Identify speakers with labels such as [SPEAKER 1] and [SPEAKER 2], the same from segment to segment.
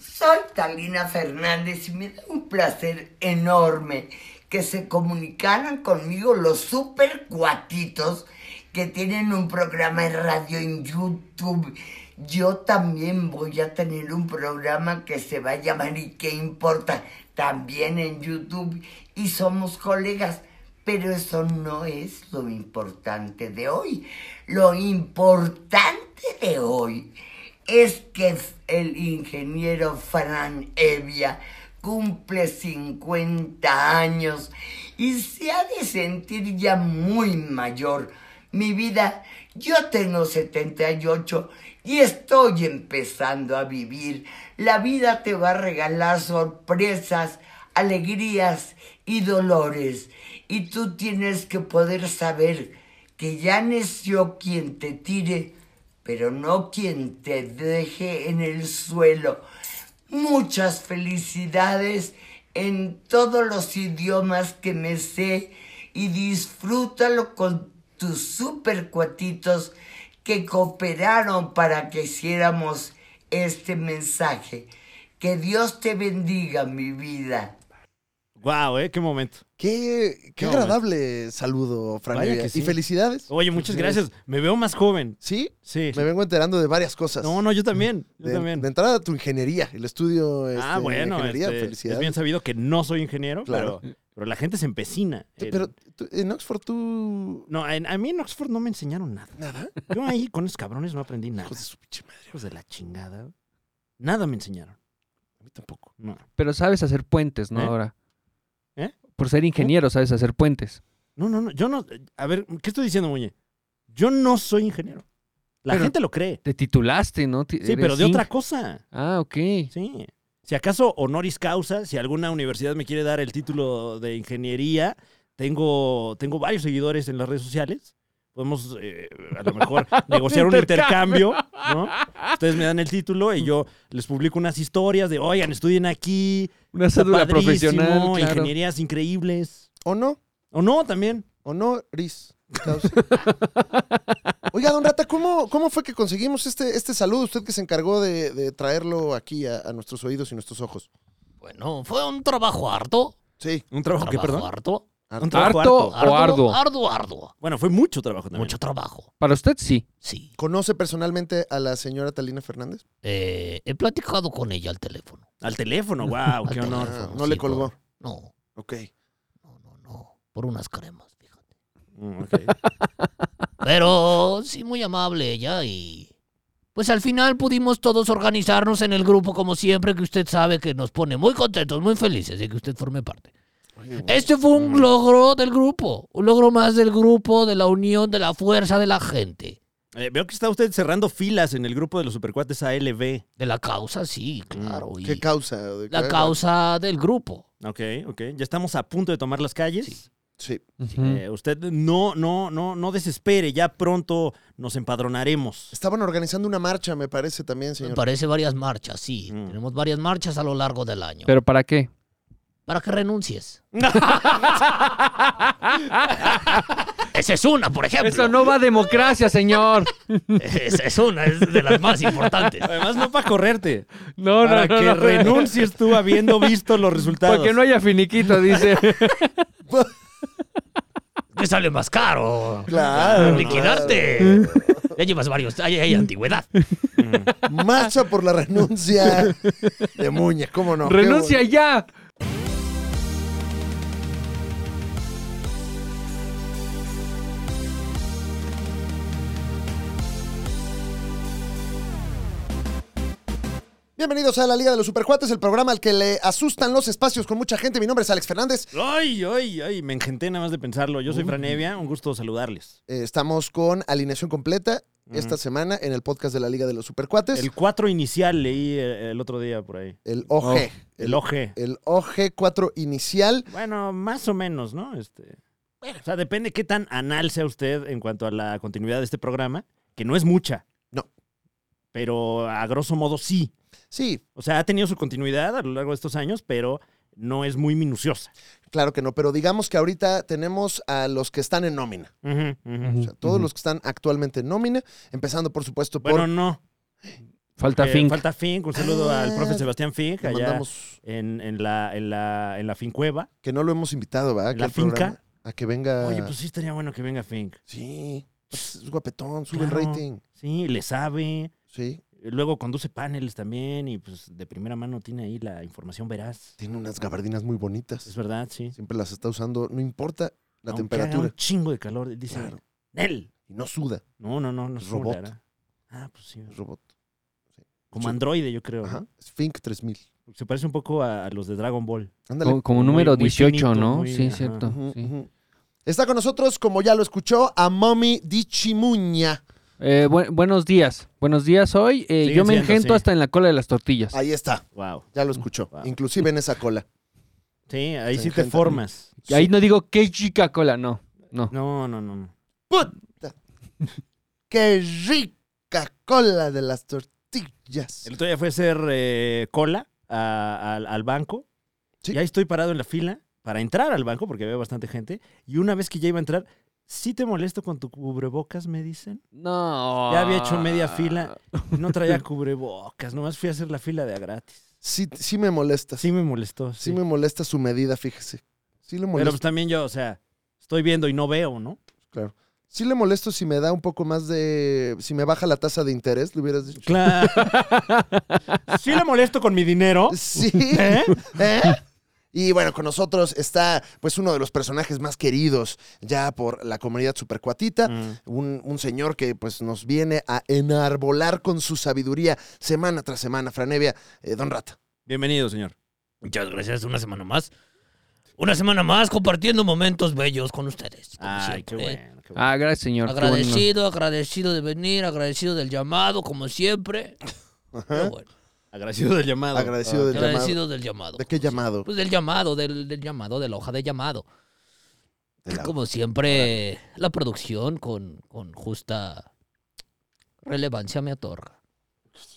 [SPEAKER 1] Soy Talina Fernández y me da un placer enorme que se comunicaran conmigo los super cuatitos que tienen un programa de radio en YouTube. Yo también voy a tener un programa que se va a llamar ¿Y qué importa? También en YouTube y somos colegas. Pero eso no es lo importante de hoy. Lo importante de hoy es que el ingeniero Fran Evia cumple 50 años y se ha de sentir ya muy mayor. Mi vida, yo tengo 78 y estoy empezando a vivir. La vida te va a regalar sorpresas, alegrías y dolores. Y tú tienes que poder saber que ya nació quien te tire pero no quien te deje en el suelo. Muchas felicidades en todos los idiomas que me sé y disfrútalo con tus super cuatitos que cooperaron para que hiciéramos este mensaje. Que Dios te bendiga, mi vida.
[SPEAKER 2] Guau, wow, ¿eh? Qué momento.
[SPEAKER 3] Qué, qué
[SPEAKER 2] No,
[SPEAKER 3] agradable saludo, Fran.
[SPEAKER 2] Vaya
[SPEAKER 3] Evia.
[SPEAKER 2] que sí.
[SPEAKER 3] Y felicidades.
[SPEAKER 2] Oye, muchas gracias. Me veo más joven.
[SPEAKER 3] Sí,
[SPEAKER 2] Sí.
[SPEAKER 3] Pues, me vengo enterando de varias cosas.
[SPEAKER 2] No, no, yo también. Yo
[SPEAKER 3] de,
[SPEAKER 2] también.
[SPEAKER 3] de entrada tu ingeniería, el estudio este,
[SPEAKER 2] ah, bueno.
[SPEAKER 3] ingeniería,
[SPEAKER 2] este, es
[SPEAKER 3] felicidades.
[SPEAKER 2] bien sabido que no soy ingeniero,
[SPEAKER 3] Claro.
[SPEAKER 2] pero, eh, pero la gente se empecina.
[SPEAKER 3] Tú-
[SPEAKER 2] El-
[SPEAKER 3] Pero tú- en Oxford tú...
[SPEAKER 2] No, en- a mí en Oxford no me enseñaron nada.
[SPEAKER 3] Nada.
[SPEAKER 2] Yo ahí con esos cabrones no aprendí nada.
[SPEAKER 3] Hijos de su pinche madre.
[SPEAKER 2] Hijos de la chingada. Nada me enseñaron.
[SPEAKER 3] A mí tampoco.
[SPEAKER 2] No,
[SPEAKER 4] Pero sabes hacer puentes, ¿no?
[SPEAKER 2] ¿Eh?
[SPEAKER 4] Ahora.
[SPEAKER 2] ¿Eh?
[SPEAKER 4] Por ser ingeniero sabes hacer puentes.
[SPEAKER 2] no, no. no, Yo no. A ver, ¿qué estoy diciendo, Muñe? Yo no soy ingeniero. La
[SPEAKER 4] Pero-
[SPEAKER 2] gente lo cree.
[SPEAKER 4] Te titulaste, ¿no? Ti-
[SPEAKER 2] Sí,
[SPEAKER 4] eres
[SPEAKER 2] pero de otra
[SPEAKER 4] ing-
[SPEAKER 2] cosa.
[SPEAKER 4] Ah, ok.
[SPEAKER 2] Sí. Si acaso honoris causa, si alguna universidad me quiere dar el título de ingeniería, tengo, tengo varios seguidores en las redes sociales. Podemos eh, a lo mejor negociar un
[SPEAKER 4] intercambio.
[SPEAKER 2] intercambio, ¿no? Ustedes me dan el título y yo les publico unas historias de, oigan, estudien aquí,
[SPEAKER 4] Una
[SPEAKER 2] está
[SPEAKER 4] cédula
[SPEAKER 2] padrísimo,
[SPEAKER 4] profesional. claro.
[SPEAKER 2] ingenierías increíbles.
[SPEAKER 3] ¿O no?
[SPEAKER 2] O no, también.
[SPEAKER 3] ¿O no, Riz? Causa. Oiga, don Rata, ¿cómo, cómo fue que conseguimos este, este saludo? Usted que se encargó de, de traerlo aquí a, a nuestros oídos y nuestros ojos.
[SPEAKER 5] Bueno, fue un trabajo harto.
[SPEAKER 3] Sí.
[SPEAKER 2] Un trabajo que,
[SPEAKER 5] trabajo
[SPEAKER 2] perdón.
[SPEAKER 5] harto.
[SPEAKER 2] Ah, Un trabajo
[SPEAKER 4] ¿Harto
[SPEAKER 2] harto.
[SPEAKER 4] o arduo?
[SPEAKER 5] Arduo, arduo.
[SPEAKER 2] Bueno, fue mucho trabajo también.
[SPEAKER 5] Mucho trabajo,
[SPEAKER 4] Para usted sí.
[SPEAKER 5] sí.
[SPEAKER 3] ¿Conoce personalmente a la señora Talina Fernández?
[SPEAKER 5] Eh, he platicado con ella al teléfono.
[SPEAKER 2] Al teléfono, wow,
[SPEAKER 5] Al
[SPEAKER 2] qué honor.
[SPEAKER 5] teléfono,
[SPEAKER 3] Ah, no le colgó.
[SPEAKER 5] por- no,
[SPEAKER 3] Ok.
[SPEAKER 5] no, no, no. Por unas cremas, fíjate.
[SPEAKER 2] Mm, ok.
[SPEAKER 5] Pero sí, muy amable ella y... Pues al final pudimos todos organizarnos en el grupo como siempre, que usted sabe que nos pone muy contentos, muy felices de que usted forme parte. Este fue un logro del grupo, un logro más del grupo, de la unión, de la fuerza de la gente,
[SPEAKER 2] Eh, veo que está usted cerrando filas en el grupo de los supercuates ALB.
[SPEAKER 5] de la causa, sí, claro. y
[SPEAKER 3] Mm, ¿Qué causa? ¿De
[SPEAKER 5] la
[SPEAKER 3] qué-
[SPEAKER 5] causa del grupo.
[SPEAKER 2] Ok, ok. Ya estamos a punto de tomar las calles.
[SPEAKER 5] Sí.
[SPEAKER 3] Sí.
[SPEAKER 4] Ujú.
[SPEAKER 2] Eh, usted no, no, no, no desespere. Ya pronto nos empadronaremos.
[SPEAKER 3] Estaban organizando una marcha, me parece también, señor.
[SPEAKER 5] Me parece varias marchas, sí.
[SPEAKER 2] Mm.
[SPEAKER 5] Tenemos varias marchas a lo largo del año.
[SPEAKER 4] ¿Pero para qué?
[SPEAKER 5] Para que renuncies. Esa es una, por ejemplo.
[SPEAKER 4] Eso no va a democracia, señor.
[SPEAKER 5] Esa es una, es de las más importantes.
[SPEAKER 2] Además, no para correrte.
[SPEAKER 4] No, no,
[SPEAKER 2] para
[SPEAKER 4] no,
[SPEAKER 2] que
[SPEAKER 4] no.
[SPEAKER 2] renuncies tú habiendo visto los resultados.
[SPEAKER 4] Para que no haya finiquito, dice.
[SPEAKER 5] Te sale más caro.
[SPEAKER 3] Claro.
[SPEAKER 5] Liquidarte. Ya llevas varios. Hay, hay antigüedad.
[SPEAKER 3] claro. Marcha por la renuncia de Muña, ¿cómo no? Qué
[SPEAKER 4] ¡Renuncia ya!
[SPEAKER 3] Bienvenidos a la Liga de los Supercuates, el programa al que le asustan los espacios con mucha gente. Mi nombre es Alex Fernández.
[SPEAKER 2] Ay, ay, ay. Me engenté nada más de pensarlo. Yo soy Franevia. Un gusto saludarles.
[SPEAKER 3] Eh, estamos con alineación completa esta semana en el podcast de la Liga de los Supercuates.
[SPEAKER 2] El
[SPEAKER 3] El,
[SPEAKER 2] 4 inicial leí el, el otro día por ahí.
[SPEAKER 3] OG.
[SPEAKER 2] Oh, El OG.
[SPEAKER 3] El OG4 inicial.
[SPEAKER 2] Bueno, más o menos, ¿no? Este, o sea, depende qué tan anal sea usted en cuanto a la continuidad de este programa, que no es mucha.
[SPEAKER 3] No.
[SPEAKER 2] Pero a grosso modo sí.
[SPEAKER 3] Sí,
[SPEAKER 2] O sea, ha tenido su continuidad a lo largo de estos años, pero no es muy minuciosa.
[SPEAKER 3] claro que no, pero digamos que ahorita tenemos a los que están en nómina. O sea, todos los que están actualmente en nómina, empezando por supuesto por...
[SPEAKER 2] Bueno, no.
[SPEAKER 4] Falta
[SPEAKER 2] Eh,
[SPEAKER 4] Fink.
[SPEAKER 2] Falta Fink, un saludo
[SPEAKER 3] Ah,
[SPEAKER 2] al profe Sebastián Fink,
[SPEAKER 3] Le
[SPEAKER 2] allá
[SPEAKER 3] mandamos
[SPEAKER 2] en, en la, en, la, en la Fincueva.
[SPEAKER 3] que no lo hemos invitado, ¿verdad? Aquí
[SPEAKER 2] ¿La
[SPEAKER 3] al programa.
[SPEAKER 2] finca?
[SPEAKER 3] A que venga.
[SPEAKER 2] Oye, pues sí estaría bueno que venga Fink.
[SPEAKER 3] Sí. Pues, es guapetón, sube
[SPEAKER 2] Claro.
[SPEAKER 3] el rating.
[SPEAKER 2] Sí, le sabe.
[SPEAKER 3] Sí.
[SPEAKER 2] Luego conduce paneles también y pues de primera mano tiene ahí la información veraz.
[SPEAKER 3] Tiene unas gabardinas muy bonitas.
[SPEAKER 2] Es verdad, sí.
[SPEAKER 3] Siempre las está usando, no importa
[SPEAKER 2] Aunque
[SPEAKER 3] la
[SPEAKER 2] Haga
[SPEAKER 3] temperatura.
[SPEAKER 2] un chingo de calor, dice
[SPEAKER 3] Claro.
[SPEAKER 2] Nel.
[SPEAKER 3] Y no suda,
[SPEAKER 2] No, no, no, no
[SPEAKER 3] Es
[SPEAKER 2] sé cómo le
[SPEAKER 3] robot.
[SPEAKER 2] hará. Ah, pues sí.
[SPEAKER 3] es robot.
[SPEAKER 2] Como
[SPEAKER 3] Sí.
[SPEAKER 2] androide, yo creo.
[SPEAKER 3] Ajá.
[SPEAKER 2] ¿no?
[SPEAKER 3] Fink 3000.
[SPEAKER 2] Se parece un poco a, a los de Dragon Ball.
[SPEAKER 3] Ándale.
[SPEAKER 4] Como, como
[SPEAKER 2] Muy-
[SPEAKER 4] número
[SPEAKER 2] muy
[SPEAKER 4] 18,
[SPEAKER 2] finito,
[SPEAKER 4] ¿no?
[SPEAKER 2] muy-
[SPEAKER 4] sí,
[SPEAKER 2] ajá.
[SPEAKER 4] cierto.
[SPEAKER 3] Ujú,
[SPEAKER 4] sí.
[SPEAKER 3] ujú. Está con nosotros, como ya lo escuchó, a Mommy Dichimuña.
[SPEAKER 4] Eh, bu- buenos días. Buenos días hoy. Eh,
[SPEAKER 2] Siguen
[SPEAKER 4] yo me
[SPEAKER 2] siendo,
[SPEAKER 4] engento
[SPEAKER 2] sí.
[SPEAKER 4] hasta en la cola de las tortillas.
[SPEAKER 3] Ahí está,
[SPEAKER 2] Wow.
[SPEAKER 3] ya lo escuchó.
[SPEAKER 2] Mm, Wow.
[SPEAKER 3] Inclusive en esa cola.
[SPEAKER 2] Sí, ahí
[SPEAKER 3] Se
[SPEAKER 2] sí te
[SPEAKER 3] engenta.
[SPEAKER 2] formas.
[SPEAKER 4] Y Ahí no digo qué chica cola, no. No.
[SPEAKER 2] No, no, no. no.
[SPEAKER 3] ¡Qué rica cola de las tortillas!
[SPEAKER 2] El otro día fue a hacer eh, cola a- al- al banco.
[SPEAKER 3] Sí.
[SPEAKER 2] Y ahí estoy parado en la fila para entrar al banco porque había bastante gente. Y una vez que ya iba a entrar, sí te molesto con tu cubrebocas, me dicen.
[SPEAKER 4] No.
[SPEAKER 2] Ya había hecho media fila.
[SPEAKER 3] Ah.
[SPEAKER 2] No traía cubrebocas, nomás fui a hacer la fila de a gratis.
[SPEAKER 3] Sí, sí me molesta. Sí,
[SPEAKER 2] Sí me molestó. Sí,
[SPEAKER 3] me molesta su medida, fíjese. Sí le
[SPEAKER 2] Pero
[SPEAKER 3] molesto.
[SPEAKER 2] pues también yo, o sea, estoy viendo y no veo, ¿no?
[SPEAKER 3] Sí le molesto si me da un poco más de... Si me baja la tasa de interés, le hubieras dicho.
[SPEAKER 2] Claro. sí le molesto con mi dinero.
[SPEAKER 3] Sí.
[SPEAKER 2] ¿Eh?
[SPEAKER 3] ¿Eh? Y bueno, con nosotros está pues uno de los personajes más queridos ya por la comunidad supercuatita.
[SPEAKER 2] Mm.
[SPEAKER 3] Un, un señor que pues nos viene a enarbolar con su sabiduría semana tras semana, Franevia, eh, Don Rata.
[SPEAKER 2] Bienvenido, señor.
[SPEAKER 5] Muchas gracias, una semana más. Una semana más compartiendo momentos bellos con ustedes. como
[SPEAKER 2] Ay, qué
[SPEAKER 5] siempre, ¿eh?
[SPEAKER 2] bueno. qué bueno.
[SPEAKER 4] Ah, gracias, señor. Qué bueno.
[SPEAKER 5] Agradecido, agradecido de venir, agradecido del llamado, como siempre. Pero bueno,
[SPEAKER 2] Agradecido del llamado. Ah.
[SPEAKER 3] Agradecido del llamado.
[SPEAKER 5] agradecido del llamado.
[SPEAKER 3] ¿De qué llamado?
[SPEAKER 5] Pues del llamado, del, del llamado, de la hoja de llamado.
[SPEAKER 3] De la-
[SPEAKER 5] Como siempre, la producción con, con justa relevancia me otorga.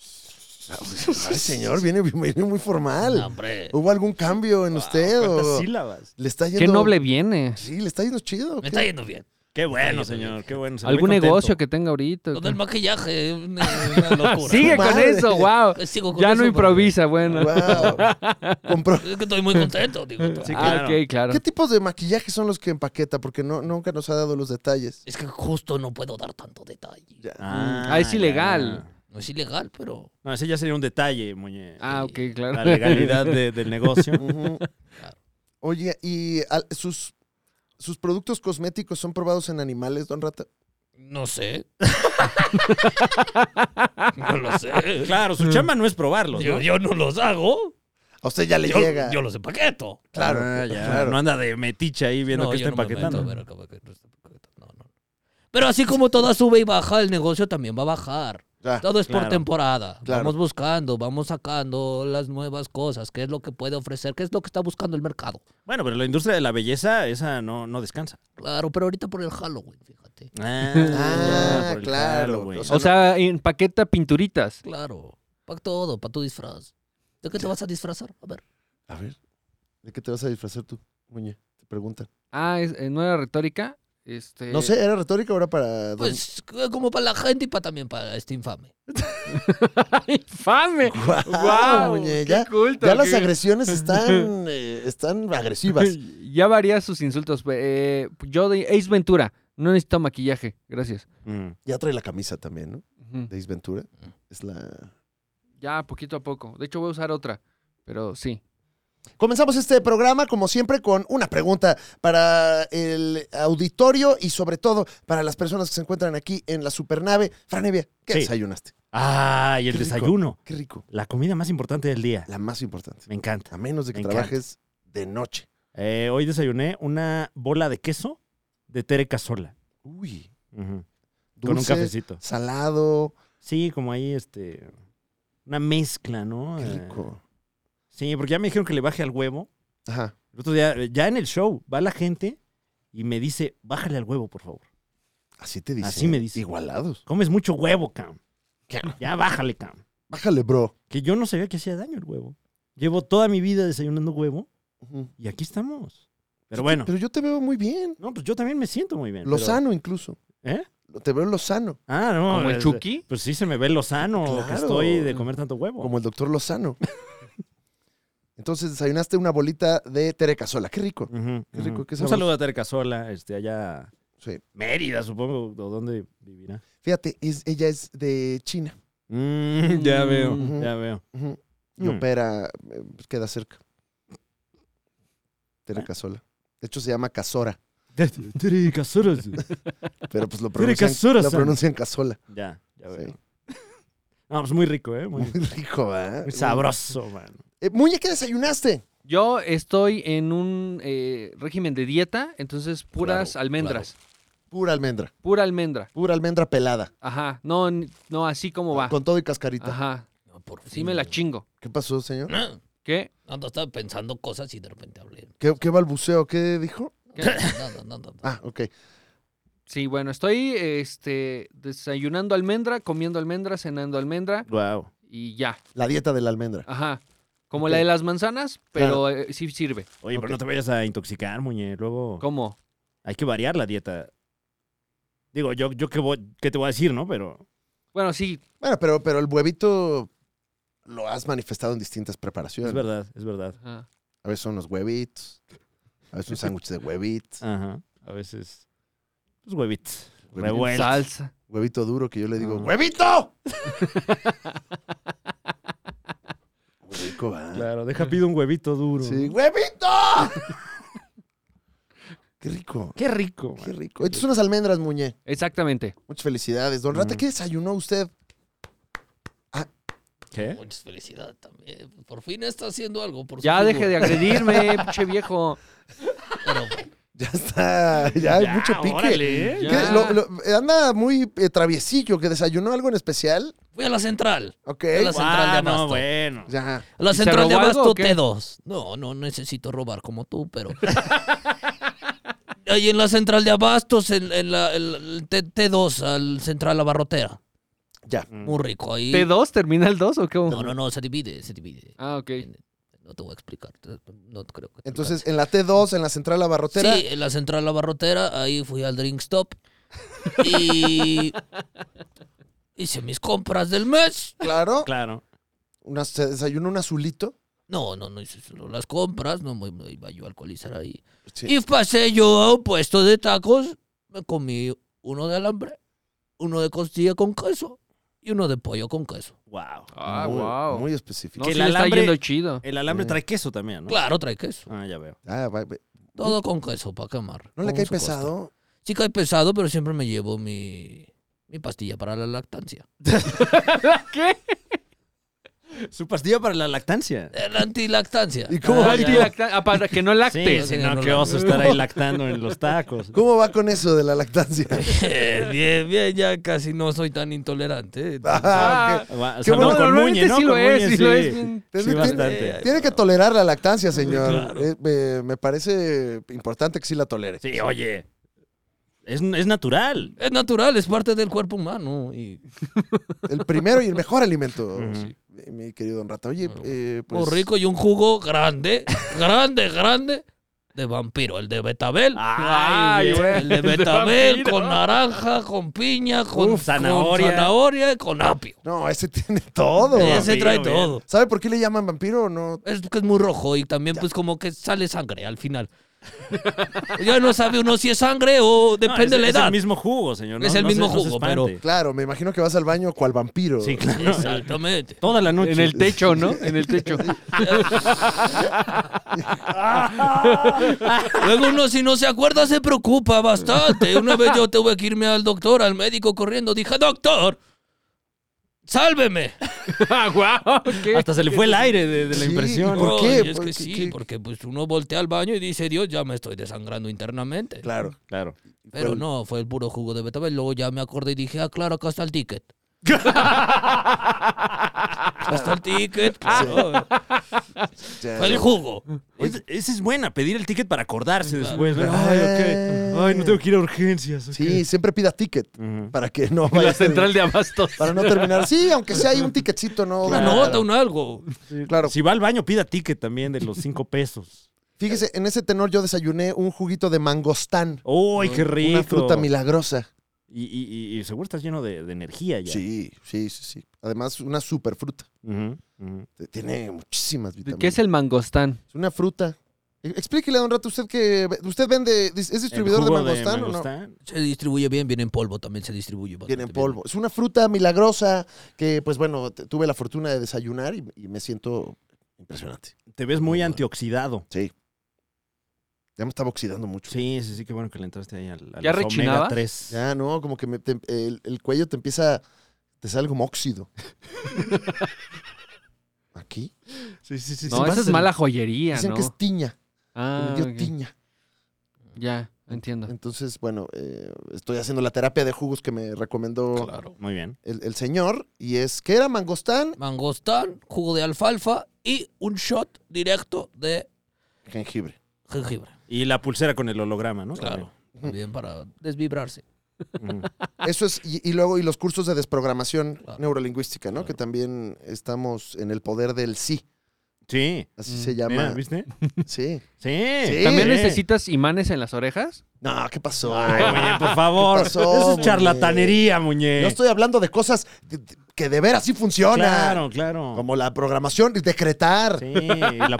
[SPEAKER 3] Ay, señor, viene, viene muy
[SPEAKER 5] No,
[SPEAKER 3] formal.
[SPEAKER 5] hombre, pues,
[SPEAKER 3] ¿Hubo algún cambio en usted?
[SPEAKER 2] ¿Cuántas
[SPEAKER 3] o
[SPEAKER 2] sílabas?
[SPEAKER 3] ¿Le está yendo?
[SPEAKER 4] Qué noble viene.
[SPEAKER 3] Sí, le está yendo chido.
[SPEAKER 5] me
[SPEAKER 3] ¿qué?
[SPEAKER 5] está yendo bien.
[SPEAKER 2] Qué bueno,
[SPEAKER 5] Ay,
[SPEAKER 2] señor. Qué bueno. se me ve
[SPEAKER 4] ¿Algún
[SPEAKER 2] contento.
[SPEAKER 4] negocio que tenga ahorita?
[SPEAKER 5] Lo del maquillaje, una, una locura. Eh,
[SPEAKER 4] Sigue con
[SPEAKER 3] Madre.
[SPEAKER 4] eso, wow.
[SPEAKER 5] Sigo con
[SPEAKER 4] Ya
[SPEAKER 5] eso,
[SPEAKER 4] no
[SPEAKER 5] pero-
[SPEAKER 4] improvisa, bueno.
[SPEAKER 3] Guau. Compró.
[SPEAKER 5] Es que estoy muy contento, digo.
[SPEAKER 2] Sí,
[SPEAKER 4] Ah,
[SPEAKER 2] claro.
[SPEAKER 4] ok, claro.
[SPEAKER 3] ¿Qué tipos de maquillaje son los que empaqueta? Porque no, nunca nos ha dado los detalles.
[SPEAKER 5] Es que justo no puedo dar tanto detalle.
[SPEAKER 3] Ya.
[SPEAKER 2] Ah,
[SPEAKER 4] Ah, es
[SPEAKER 2] ya.
[SPEAKER 4] ilegal.
[SPEAKER 5] No es ilegal, pero
[SPEAKER 2] No, ese ya sería un detalle, muñe.
[SPEAKER 4] Ah, ok, claro.
[SPEAKER 2] La legalidad de- del negocio.
[SPEAKER 3] Ujú. Oye, ¿y al- sus, sus productos cosméticos son probados en animales, don Rata?
[SPEAKER 5] no sé. no lo sé.
[SPEAKER 2] Claro, su chamba no es probarlo. ¿no?
[SPEAKER 5] Yo, yo no los hago.
[SPEAKER 3] A usted ya le
[SPEAKER 5] Yo,
[SPEAKER 3] llega.
[SPEAKER 5] yo los empaqueto.
[SPEAKER 3] Claro,
[SPEAKER 2] Ah, ya.
[SPEAKER 3] claro.
[SPEAKER 2] No anda de metiche ahí viendo
[SPEAKER 5] No,
[SPEAKER 2] que
[SPEAKER 5] yo
[SPEAKER 2] está
[SPEAKER 5] no me meto
[SPEAKER 2] empaquetando.
[SPEAKER 5] a ver acá, porque no está empaquetando. No, no. Pero así como toda sube y baja, el negocio también va a bajar.
[SPEAKER 3] Ya.
[SPEAKER 5] Todo es
[SPEAKER 2] claro.
[SPEAKER 5] por temporada.
[SPEAKER 3] Claro.
[SPEAKER 5] Vamos buscando, vamos sacando las nuevas cosas. ¿Qué es lo que puede ofrecer? ¿Qué es lo que está buscando el mercado?
[SPEAKER 2] Bueno, pero la industria de la belleza, esa no, no descansa.
[SPEAKER 5] Claro, pero ahorita por el Halloween, fíjate.
[SPEAKER 2] Ah,
[SPEAKER 3] Ah,
[SPEAKER 2] ya, por el
[SPEAKER 3] claro.
[SPEAKER 2] Halloween.
[SPEAKER 3] O sea,
[SPEAKER 4] O sea, empaqueta pinturitas.
[SPEAKER 5] Claro, para todo, para tu disfraz. ¿De qué te vas a disfrazar? A ver.
[SPEAKER 3] A ver, ¿de qué te vas a disfrazar tú, Muñe? Te preguntan.
[SPEAKER 4] Ah, es- eh, no era retórica. Este...
[SPEAKER 3] No sé, ¿era retórica o era para...? don-
[SPEAKER 5] Eh, Pues como para la gente y para también para este infame.
[SPEAKER 4] ¡Infame!
[SPEAKER 3] Guau,
[SPEAKER 4] ¡Guau!
[SPEAKER 3] Ah, Muñe,
[SPEAKER 4] ¡Qué
[SPEAKER 3] ya,
[SPEAKER 4] culto!
[SPEAKER 3] ya las
[SPEAKER 4] ¡Qué-
[SPEAKER 3] agresiones están, eh, están agresivas.
[SPEAKER 4] Ya varía sus insultos. eh, yo de Ace Ventura. No necesito maquillaje. Gracias.
[SPEAKER 2] Mm.
[SPEAKER 3] Ya trae la camisa también, ¿no?
[SPEAKER 4] Ujú.
[SPEAKER 3] De Ace Ventura. Es la...
[SPEAKER 4] Ya poquito a poco. De hecho, voy a usar otra. Pero sí.
[SPEAKER 3] Comenzamos este programa, como siempre, con una pregunta para el auditorio y sobre todo para las personas que se encuentran aquí en la supernave. Franevia, ¿qué
[SPEAKER 2] Sí.
[SPEAKER 3] desayunaste?
[SPEAKER 2] Ah, y el
[SPEAKER 3] Qué rico.
[SPEAKER 2] desayuno.
[SPEAKER 3] Qué rico.
[SPEAKER 2] La comida más importante del día.
[SPEAKER 3] La más importante.
[SPEAKER 2] Me encanta.
[SPEAKER 3] A menos de que
[SPEAKER 2] Me
[SPEAKER 3] trabajes de noche.
[SPEAKER 2] Eh, hoy desayuné una bola de queso de Tere Casola.
[SPEAKER 3] Uy.
[SPEAKER 2] Ujú.
[SPEAKER 3] Dulce,
[SPEAKER 2] Con un cafecito.
[SPEAKER 3] salado.
[SPEAKER 2] Sí, como ahí, este. Una mezcla, ¿no?
[SPEAKER 3] Qué
[SPEAKER 2] Eh,
[SPEAKER 3] rico.
[SPEAKER 2] Sí, porque ya me dijeron que le baje al huevo.
[SPEAKER 3] Ajá.
[SPEAKER 2] El otro día, eh, ya en el show, va la gente y me dice, bájale al huevo, por favor.
[SPEAKER 3] Así te dicen.
[SPEAKER 2] Así me dicen.
[SPEAKER 3] Igualados.
[SPEAKER 2] Comes mucho huevo, cam.
[SPEAKER 3] ¿Qué?
[SPEAKER 2] Ya bájale, cam.
[SPEAKER 3] Bájale, bro.
[SPEAKER 2] Que yo no sabía que hacía daño el huevo. Llevo toda mi vida desayunando huevo
[SPEAKER 3] Ujú.
[SPEAKER 2] y aquí estamos. Pero bueno,
[SPEAKER 3] Pero yo te veo muy bien.
[SPEAKER 2] no, pues yo también me siento muy bien.
[SPEAKER 3] Lo
[SPEAKER 2] pero-
[SPEAKER 3] sano incluso.
[SPEAKER 2] ¿Eh?
[SPEAKER 3] Te veo Lozano,
[SPEAKER 2] Ah, no.
[SPEAKER 4] ¿Como el
[SPEAKER 2] es-
[SPEAKER 4] Chucky?
[SPEAKER 2] Pues sí se me ve lozano que
[SPEAKER 3] Claro.
[SPEAKER 2] estoy de comer tanto huevo.
[SPEAKER 3] como el doctor Lozano. Entonces desayunaste una bolita de terecasola. Qué rico.
[SPEAKER 2] Ujú,
[SPEAKER 3] Qué rico,
[SPEAKER 2] ujú.
[SPEAKER 3] qué
[SPEAKER 2] Un
[SPEAKER 3] sabroso.
[SPEAKER 2] saludo a Tercasola, este, allá
[SPEAKER 3] Sí.
[SPEAKER 2] Mérida, supongo, o donde vivirá.
[SPEAKER 3] Fíjate, es- ella es de China
[SPEAKER 2] Mm, ya veo,
[SPEAKER 3] Ujú.
[SPEAKER 2] ya veo.
[SPEAKER 3] ujú, y
[SPEAKER 2] Mm.
[SPEAKER 3] opera, eh, pues, queda cerca.
[SPEAKER 2] Ah.
[SPEAKER 3] Terecasola. De hecho, se llama Casora,
[SPEAKER 2] Tercasola.
[SPEAKER 3] pero pues lo pronuncian,
[SPEAKER 2] Terecasola,
[SPEAKER 3] lo
[SPEAKER 2] Sam.
[SPEAKER 3] pronuncian Casola.
[SPEAKER 2] Ya, ya veo.
[SPEAKER 3] Sí.
[SPEAKER 2] No, pues muy rico, ¿eh? Muy,
[SPEAKER 3] Muy rico, ¿verdad?
[SPEAKER 2] muy sabroso, man.
[SPEAKER 3] Eh, Muñe, ¿qué desayunaste?
[SPEAKER 4] Yo estoy en un eh, régimen de dieta, entonces puras
[SPEAKER 2] Claro,
[SPEAKER 4] almendras.
[SPEAKER 3] Pura almendra.
[SPEAKER 4] Pura almendra.
[SPEAKER 3] Pura almendra pelada.
[SPEAKER 4] Ajá. No, n- no, así como va.
[SPEAKER 3] Con todo y cascarita.
[SPEAKER 4] Ajá.
[SPEAKER 5] No, por
[SPEAKER 4] Sí me la chingo.
[SPEAKER 3] ¿Qué pasó, señor?
[SPEAKER 5] No,
[SPEAKER 4] ¿Qué?
[SPEAKER 5] ando, estaba pensando cosas y de repente hablé.
[SPEAKER 3] ¿Qué, qué balbuceo? ¿Qué dijo?
[SPEAKER 4] ¿Qué?
[SPEAKER 5] No, no, no, no, no.
[SPEAKER 3] Ah, ok.
[SPEAKER 4] Sí, bueno, estoy este, desayunando almendra, comiendo almendra, cenando almendra
[SPEAKER 2] Wow.
[SPEAKER 4] y ya.
[SPEAKER 3] La dieta de la almendra.
[SPEAKER 4] Ajá. Como
[SPEAKER 3] Ok.
[SPEAKER 4] la de las manzanas, pero eh, sí sirve.
[SPEAKER 2] Oye, pero no te vayas a intoxicar, muñe. Luego
[SPEAKER 4] ¿Cómo?
[SPEAKER 2] hay que variar la dieta. Digo, yo, yo qué, voy- qué te voy a decir, ¿no? Pero
[SPEAKER 4] Bueno, sí,
[SPEAKER 3] Bueno, pero, pero el huevito lo has manifestado en distintas preparaciones.
[SPEAKER 2] es verdad, es verdad.
[SPEAKER 4] ajá.
[SPEAKER 3] A veces son unos huevitos. A veces un sándwich de huevitos.
[SPEAKER 2] Ajá. A veces. Pues huevitos.
[SPEAKER 3] Huevitos.
[SPEAKER 2] Revueltos.
[SPEAKER 4] salsa.
[SPEAKER 3] Huevito duro que yo le digo,
[SPEAKER 2] Ah.
[SPEAKER 3] ¡huevito! Muy rico, ¿verdad?
[SPEAKER 2] Claro, deja pido un huevito duro.
[SPEAKER 3] Sí, ¡huevito! Qué rico.
[SPEAKER 2] Qué rico,
[SPEAKER 3] Qué
[SPEAKER 2] man.
[SPEAKER 3] rico. Estas son unas almendras, Muñe.
[SPEAKER 4] Exactamente.
[SPEAKER 3] Muchas felicidades. Don Rata,
[SPEAKER 2] Mm.
[SPEAKER 3] ¿qué desayunó usted?
[SPEAKER 4] ¿eh?
[SPEAKER 2] ¿Qué?
[SPEAKER 5] Muchas felicidades también. Por fin está haciendo algo. Por su
[SPEAKER 4] Ya
[SPEAKER 5] figura.
[SPEAKER 4] deje de agredirme, pinche viejo.
[SPEAKER 5] Pero bueno,
[SPEAKER 3] Ya está, ya hay
[SPEAKER 2] Ya,
[SPEAKER 3] mucho pique.
[SPEAKER 2] órale,
[SPEAKER 3] ¿Qué?
[SPEAKER 4] ya.
[SPEAKER 3] Lo- lo- eh, anda muy eh, traviesillo, que desayunó algo en especial.
[SPEAKER 5] fui a la central.
[SPEAKER 3] Ok.
[SPEAKER 5] A las- Central de
[SPEAKER 2] Ah, no,
[SPEAKER 5] Abasto.
[SPEAKER 2] bueno.
[SPEAKER 3] Ya.
[SPEAKER 5] A la
[SPEAKER 4] ¿Y se
[SPEAKER 5] central de
[SPEAKER 4] robó algo
[SPEAKER 5] Abasto
[SPEAKER 4] o qué?
[SPEAKER 5] T2. No, no necesito robar como tú, pero. Ahí en la central de Abastos, en, en la, el, el T- T2, al central abarrotera.
[SPEAKER 3] Ya.
[SPEAKER 5] Muy rico ahí.
[SPEAKER 4] ¿T2, terminal 2 o qué?
[SPEAKER 5] No, no, no, se divide, se divide.
[SPEAKER 4] Ah, ok.
[SPEAKER 5] No te voy a explicar. No creo que. te
[SPEAKER 3] Entonces, en la T2, en la central abarrotera.
[SPEAKER 5] Sí, en la central La Barrotera, ahí fui al Drink Stop y hice mis compras del mes.
[SPEAKER 3] Claro.
[SPEAKER 2] Claro.
[SPEAKER 3] Una- se desayunó un azulito.
[SPEAKER 5] No, no, no hice solo las compras, no me, me iba yo a alcoholizar ahí.
[SPEAKER 3] Sí.
[SPEAKER 5] Y pasé yo a un puesto de tacos, me comí uno de alambre, uno de costilla con queso y uno de pollo con queso.
[SPEAKER 2] Wow.
[SPEAKER 4] Ah,
[SPEAKER 3] muy,
[SPEAKER 4] wow.
[SPEAKER 3] Muy específico.
[SPEAKER 4] No,
[SPEAKER 2] Que
[SPEAKER 4] sí
[SPEAKER 2] el
[SPEAKER 4] le está
[SPEAKER 2] alambre- Eh,
[SPEAKER 4] yendo chido.
[SPEAKER 2] El alambre
[SPEAKER 3] Sí.
[SPEAKER 2] trae queso también, ¿no?
[SPEAKER 5] Claro, trae queso.
[SPEAKER 2] Ah, ya veo.
[SPEAKER 3] Ah, va- va-
[SPEAKER 5] Todo con queso para quemar.
[SPEAKER 3] ¿No le
[SPEAKER 5] con
[SPEAKER 3] cae
[SPEAKER 5] su costa.
[SPEAKER 3] pesado?
[SPEAKER 5] Sí cae pesado, pero siempre me llevo mi, mi pastilla para la lactancia.
[SPEAKER 4] ¿Qué?
[SPEAKER 2] Su pastilla para la lactancia.
[SPEAKER 5] El Eh, antilactancia.
[SPEAKER 3] ¿Y cómo, va-
[SPEAKER 4] Antilacta- ah, para que no
[SPEAKER 2] Sí,
[SPEAKER 4] lactes.
[SPEAKER 2] si
[SPEAKER 5] sí,
[SPEAKER 2] no,
[SPEAKER 5] no,
[SPEAKER 2] qué
[SPEAKER 5] la-
[SPEAKER 2] oso estar ahí lactando en los tacos.
[SPEAKER 3] cómo va con eso de la lactancia?
[SPEAKER 5] Bien, Eh, bien, bien, ya casi no soy tan intolerante.
[SPEAKER 3] Ah, ok.
[SPEAKER 2] Va, o
[SPEAKER 3] Qué
[SPEAKER 2] sea,
[SPEAKER 3] bueno,
[SPEAKER 2] no, con
[SPEAKER 4] normalmente
[SPEAKER 2] Muñe, ¿no?
[SPEAKER 4] sí lo
[SPEAKER 2] Con
[SPEAKER 4] es,
[SPEAKER 2] Muñe,
[SPEAKER 4] sí lo
[SPEAKER 2] sí.
[SPEAKER 4] es bien.
[SPEAKER 2] Sí,
[SPEAKER 3] Tiene-
[SPEAKER 2] bastante.
[SPEAKER 3] tiene, tiene que tolerar la lactancia, señor.
[SPEAKER 5] claro.
[SPEAKER 3] Eh, me, me parece importante que sí la tolere.
[SPEAKER 2] Sí, oye. Es, es natural.
[SPEAKER 5] Es natural, es parte del cuerpo humano. Y
[SPEAKER 3] El primero y el mejor alimento,
[SPEAKER 2] Ujú.
[SPEAKER 3] eh, mi querido Don Rata. Oye,
[SPEAKER 5] Bueno,
[SPEAKER 3] eh, pues,
[SPEAKER 5] muy Oh, rico y un jugo grande, grande, grande de vampiro. El de Betabel.
[SPEAKER 2] Ah,
[SPEAKER 4] Ay, güey.
[SPEAKER 5] el de
[SPEAKER 4] el de
[SPEAKER 5] Betabel
[SPEAKER 4] vampiro.
[SPEAKER 5] con naranja, con piña, con,
[SPEAKER 2] Uf, zanahoria.
[SPEAKER 5] con zanahoria y con apio.
[SPEAKER 3] No, ese tiene todo.
[SPEAKER 5] Ese
[SPEAKER 2] vampiro,
[SPEAKER 5] trae
[SPEAKER 2] bien.
[SPEAKER 5] todo.
[SPEAKER 3] ¿Sabe por qué le llaman vampiro o no?
[SPEAKER 5] Es que es muy rojo y también pues como que sale sangre al final. ya no sabe uno si es sangre o depende
[SPEAKER 2] No, es-
[SPEAKER 5] de la
[SPEAKER 2] Es el
[SPEAKER 5] edad.
[SPEAKER 2] mismo jugo, señor. ¿no?
[SPEAKER 5] Es el
[SPEAKER 2] No
[SPEAKER 5] mismo
[SPEAKER 2] se- no se
[SPEAKER 5] jugo,
[SPEAKER 2] espante.
[SPEAKER 5] pero-
[SPEAKER 3] Claro, me imagino que vas al baño cual vampiro.
[SPEAKER 2] Sí, claro.
[SPEAKER 5] Exactamente.
[SPEAKER 2] Toda la noche.
[SPEAKER 4] En el techo, ¿no? En el techo.
[SPEAKER 5] Luego uno si no se acuerda se preocupa bastante. Una vez yo tuve que irme al doctor, al médico corriendo. Dije, doctor, sálveme.
[SPEAKER 4] Ah, guau, ¿qué?
[SPEAKER 2] Hasta se le fue el aire de, de la
[SPEAKER 3] Sí,
[SPEAKER 2] impresión.
[SPEAKER 3] ¿Por
[SPEAKER 5] Ay,
[SPEAKER 3] qué?
[SPEAKER 5] Es
[SPEAKER 3] ¿Por
[SPEAKER 5] que
[SPEAKER 3] qué-
[SPEAKER 5] sí,
[SPEAKER 3] qué?
[SPEAKER 5] porque pues uno voltea al baño y dice, Dios, ya me estoy desangrando internamente.
[SPEAKER 3] Claro.
[SPEAKER 2] Claro.
[SPEAKER 5] Pero no, fue el puro jugo de betabel. Luego ya me acordé y dije, ah, claro, acá está el ticket. acá está el ticket. claro.
[SPEAKER 3] Ya,
[SPEAKER 5] Fue el jugo.
[SPEAKER 2] Es- esa es buena, pedir el ticket para acordarse después. ¿no?
[SPEAKER 3] Claro.
[SPEAKER 2] Ay, ok. Ay, no tengo que ir a urgencias. ok.
[SPEAKER 3] Sí, siempre pida ticket
[SPEAKER 2] Ujú.
[SPEAKER 3] para que no
[SPEAKER 4] La
[SPEAKER 3] vayas a-
[SPEAKER 4] central de abastos.
[SPEAKER 3] Para no terminar. Sí, aunque sea hay un ticketcito, ¿no?
[SPEAKER 5] Una
[SPEAKER 3] Claro.
[SPEAKER 5] nota, un algo.
[SPEAKER 3] Claro.
[SPEAKER 2] Si va al baño, pida ticket también de los cinco pesos.
[SPEAKER 3] Fíjese, en ese tenor yo desayuné un juguito de mangostán.
[SPEAKER 2] ¡Uy, qué rico!
[SPEAKER 3] Una fruta milagrosa.
[SPEAKER 2] Y, y- y- y seguro estás lleno de, de energía ya.
[SPEAKER 3] Sí, sí, sí, sí. Además, una super fruta.
[SPEAKER 2] Ujú, ujú.
[SPEAKER 3] Tiene muchísimas
[SPEAKER 4] ¿De
[SPEAKER 3] vitaminas.
[SPEAKER 4] ¿Qué es el mangostán?
[SPEAKER 3] Es una fruta. E- Explíquele don rato usted que usted vende, dis- es distribuidor
[SPEAKER 2] El
[SPEAKER 3] de
[SPEAKER 2] jugo
[SPEAKER 3] mangostán, ¿o no?
[SPEAKER 2] mangostán.
[SPEAKER 5] Se distribuye bien, viene en polvo, también se distribuye. bastante
[SPEAKER 3] Tiene
[SPEAKER 5] bien.
[SPEAKER 3] polvo. Es una fruta milagrosa que, pues bueno, t- tuve la fortuna de desayunar y, y me siento impresionante.
[SPEAKER 2] Te ves muy antioxidado.
[SPEAKER 3] Sí. Ya me estaba oxidando mucho.
[SPEAKER 2] Sí, sí, sí, qué bueno que le entraste ahí al, al
[SPEAKER 4] ¿Ya rechinabas?
[SPEAKER 2] 3.
[SPEAKER 3] Ya, no, como que me- te- el, el cuello te empieza, te sale como óxido. ¿Aquí?
[SPEAKER 2] Sí, sí, sí.
[SPEAKER 4] No, esa es mala joyería,
[SPEAKER 3] Dicen
[SPEAKER 4] ¿no?
[SPEAKER 3] que es tiña. que
[SPEAKER 4] Ah,
[SPEAKER 3] me dio
[SPEAKER 4] ok. Ah.
[SPEAKER 3] tiña.
[SPEAKER 4] ya, entiendo.
[SPEAKER 3] Entonces, bueno, eh, estoy haciendo la terapia de jugos que me recomendó
[SPEAKER 5] Claro.
[SPEAKER 2] Muy bien.
[SPEAKER 3] el, el señor. Y es que era mangostán,
[SPEAKER 5] Mangostán, jugo de alfalfa y un shot directo de
[SPEAKER 3] jengibre.
[SPEAKER 5] jengibre.
[SPEAKER 2] Y la pulsera con el holograma, ¿no?
[SPEAKER 5] Claro. Bien para desvibrarse.
[SPEAKER 2] También. Ujú.
[SPEAKER 3] Eso es, y, y luego, y los cursos de desprogramación
[SPEAKER 5] Claro.
[SPEAKER 3] neurolingüística, ¿no? Que también estamos en el poder del sí.
[SPEAKER 2] Sí.
[SPEAKER 3] Así
[SPEAKER 4] Mm.
[SPEAKER 3] se llama.
[SPEAKER 2] Mira, ¿Viste?
[SPEAKER 3] Sí.
[SPEAKER 2] Sí.
[SPEAKER 3] Sí.
[SPEAKER 4] ¿También
[SPEAKER 2] Sí.
[SPEAKER 4] necesitas imanes en las orejas?
[SPEAKER 3] No, ¿qué pasó?
[SPEAKER 2] Ay, oye, por favor.
[SPEAKER 3] ¿Qué pasó,
[SPEAKER 2] Eso es
[SPEAKER 3] muñe?
[SPEAKER 2] charlatanería, muñe.
[SPEAKER 3] Yo estoy hablando de cosas de- de- que de veras sí funcionan.
[SPEAKER 2] Claro, claro.
[SPEAKER 3] Como la programación y decretar. Sí.
[SPEAKER 2] Sí, y la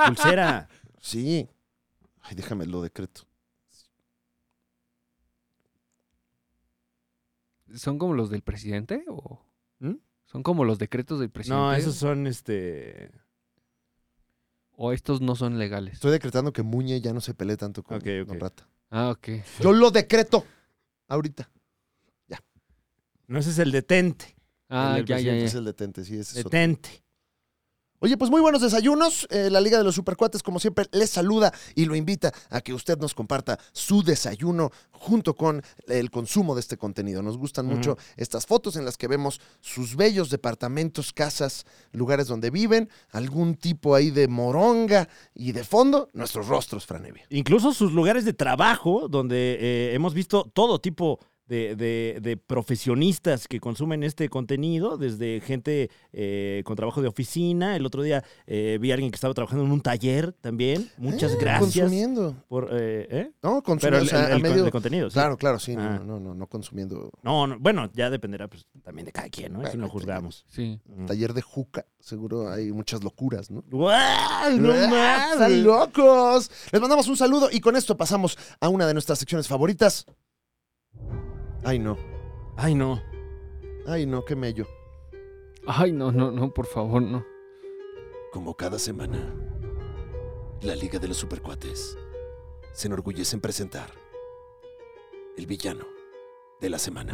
[SPEAKER 2] pulsera.
[SPEAKER 3] Ay, déjame lo decreto.
[SPEAKER 4] ¿Son como los del presidente? o
[SPEAKER 2] ¿Mm?
[SPEAKER 4] ¿Son como los decretos del presidente?
[SPEAKER 2] No, esos son este.
[SPEAKER 4] ¿O estos no son legales?
[SPEAKER 3] Estoy decretando que Muñe ya no se pelee tanto con
[SPEAKER 2] Ok, ok.
[SPEAKER 3] Don Rata.
[SPEAKER 4] Ah, ok.
[SPEAKER 3] Yo lo decreto ahorita.
[SPEAKER 2] No, ese es el detente.
[SPEAKER 4] Ah,
[SPEAKER 2] del
[SPEAKER 4] ya, ya,
[SPEAKER 2] presidente
[SPEAKER 4] ya.
[SPEAKER 3] Es el detente, sí, ese es otro.
[SPEAKER 2] Detente.
[SPEAKER 3] Oye, pues muy buenos desayunos. Eh, la Liga de los Supercuates, como siempre, les saluda y lo invita a que usted nos comparta su desayuno junto con el consumo de este contenido. Nos gustan
[SPEAKER 2] Ujú.
[SPEAKER 3] mucho estas fotos en las que vemos sus bellos departamentos, casas, lugares donde viven, algún tipo ahí de moronga y de fondo, nuestros rostros, Franevia.
[SPEAKER 2] Incluso sus lugares de trabajo, donde eh, hemos visto todo tipo de, de- de profesionistas que consumen este contenido, desde gente eh, con trabajo de oficina. El otro día eh, vi a alguien que estaba trabajando en un taller también. Muchas
[SPEAKER 3] Eh,
[SPEAKER 2] gracias
[SPEAKER 3] Consumiendo.
[SPEAKER 2] por. eh, ¿eh?
[SPEAKER 3] No,
[SPEAKER 2] Pero
[SPEAKER 3] consumiendo.
[SPEAKER 2] el,
[SPEAKER 3] o sea,
[SPEAKER 2] el-
[SPEAKER 3] a
[SPEAKER 2] el con-
[SPEAKER 3] medio-
[SPEAKER 2] el contenido. sí.
[SPEAKER 3] Claro, claro, sí, no,
[SPEAKER 2] Ah.
[SPEAKER 3] no, no, no, no consumiendo.
[SPEAKER 2] No, no, bueno, ya dependerá pues, también de cada quien, ¿no? Eso
[SPEAKER 3] Bueno,
[SPEAKER 2] no juzgamos.
[SPEAKER 4] Sí.
[SPEAKER 2] Mm.
[SPEAKER 3] Taller de juca, seguro hay muchas locuras, ¿no?
[SPEAKER 2] ¡Guau! ¡No
[SPEAKER 3] ¡Ah,
[SPEAKER 2] más!
[SPEAKER 3] ¡Están locos! Les mandamos un saludo y con esto pasamos a una de nuestras secciones favoritas. Ay, no.
[SPEAKER 2] Ay, no.
[SPEAKER 3] Ay, no, qué mello.
[SPEAKER 4] Ay, no, no, no, por favor, no.
[SPEAKER 6] Como cada semana, la Liga de los Supercuates se enorgullece en presentar el villano de la semana.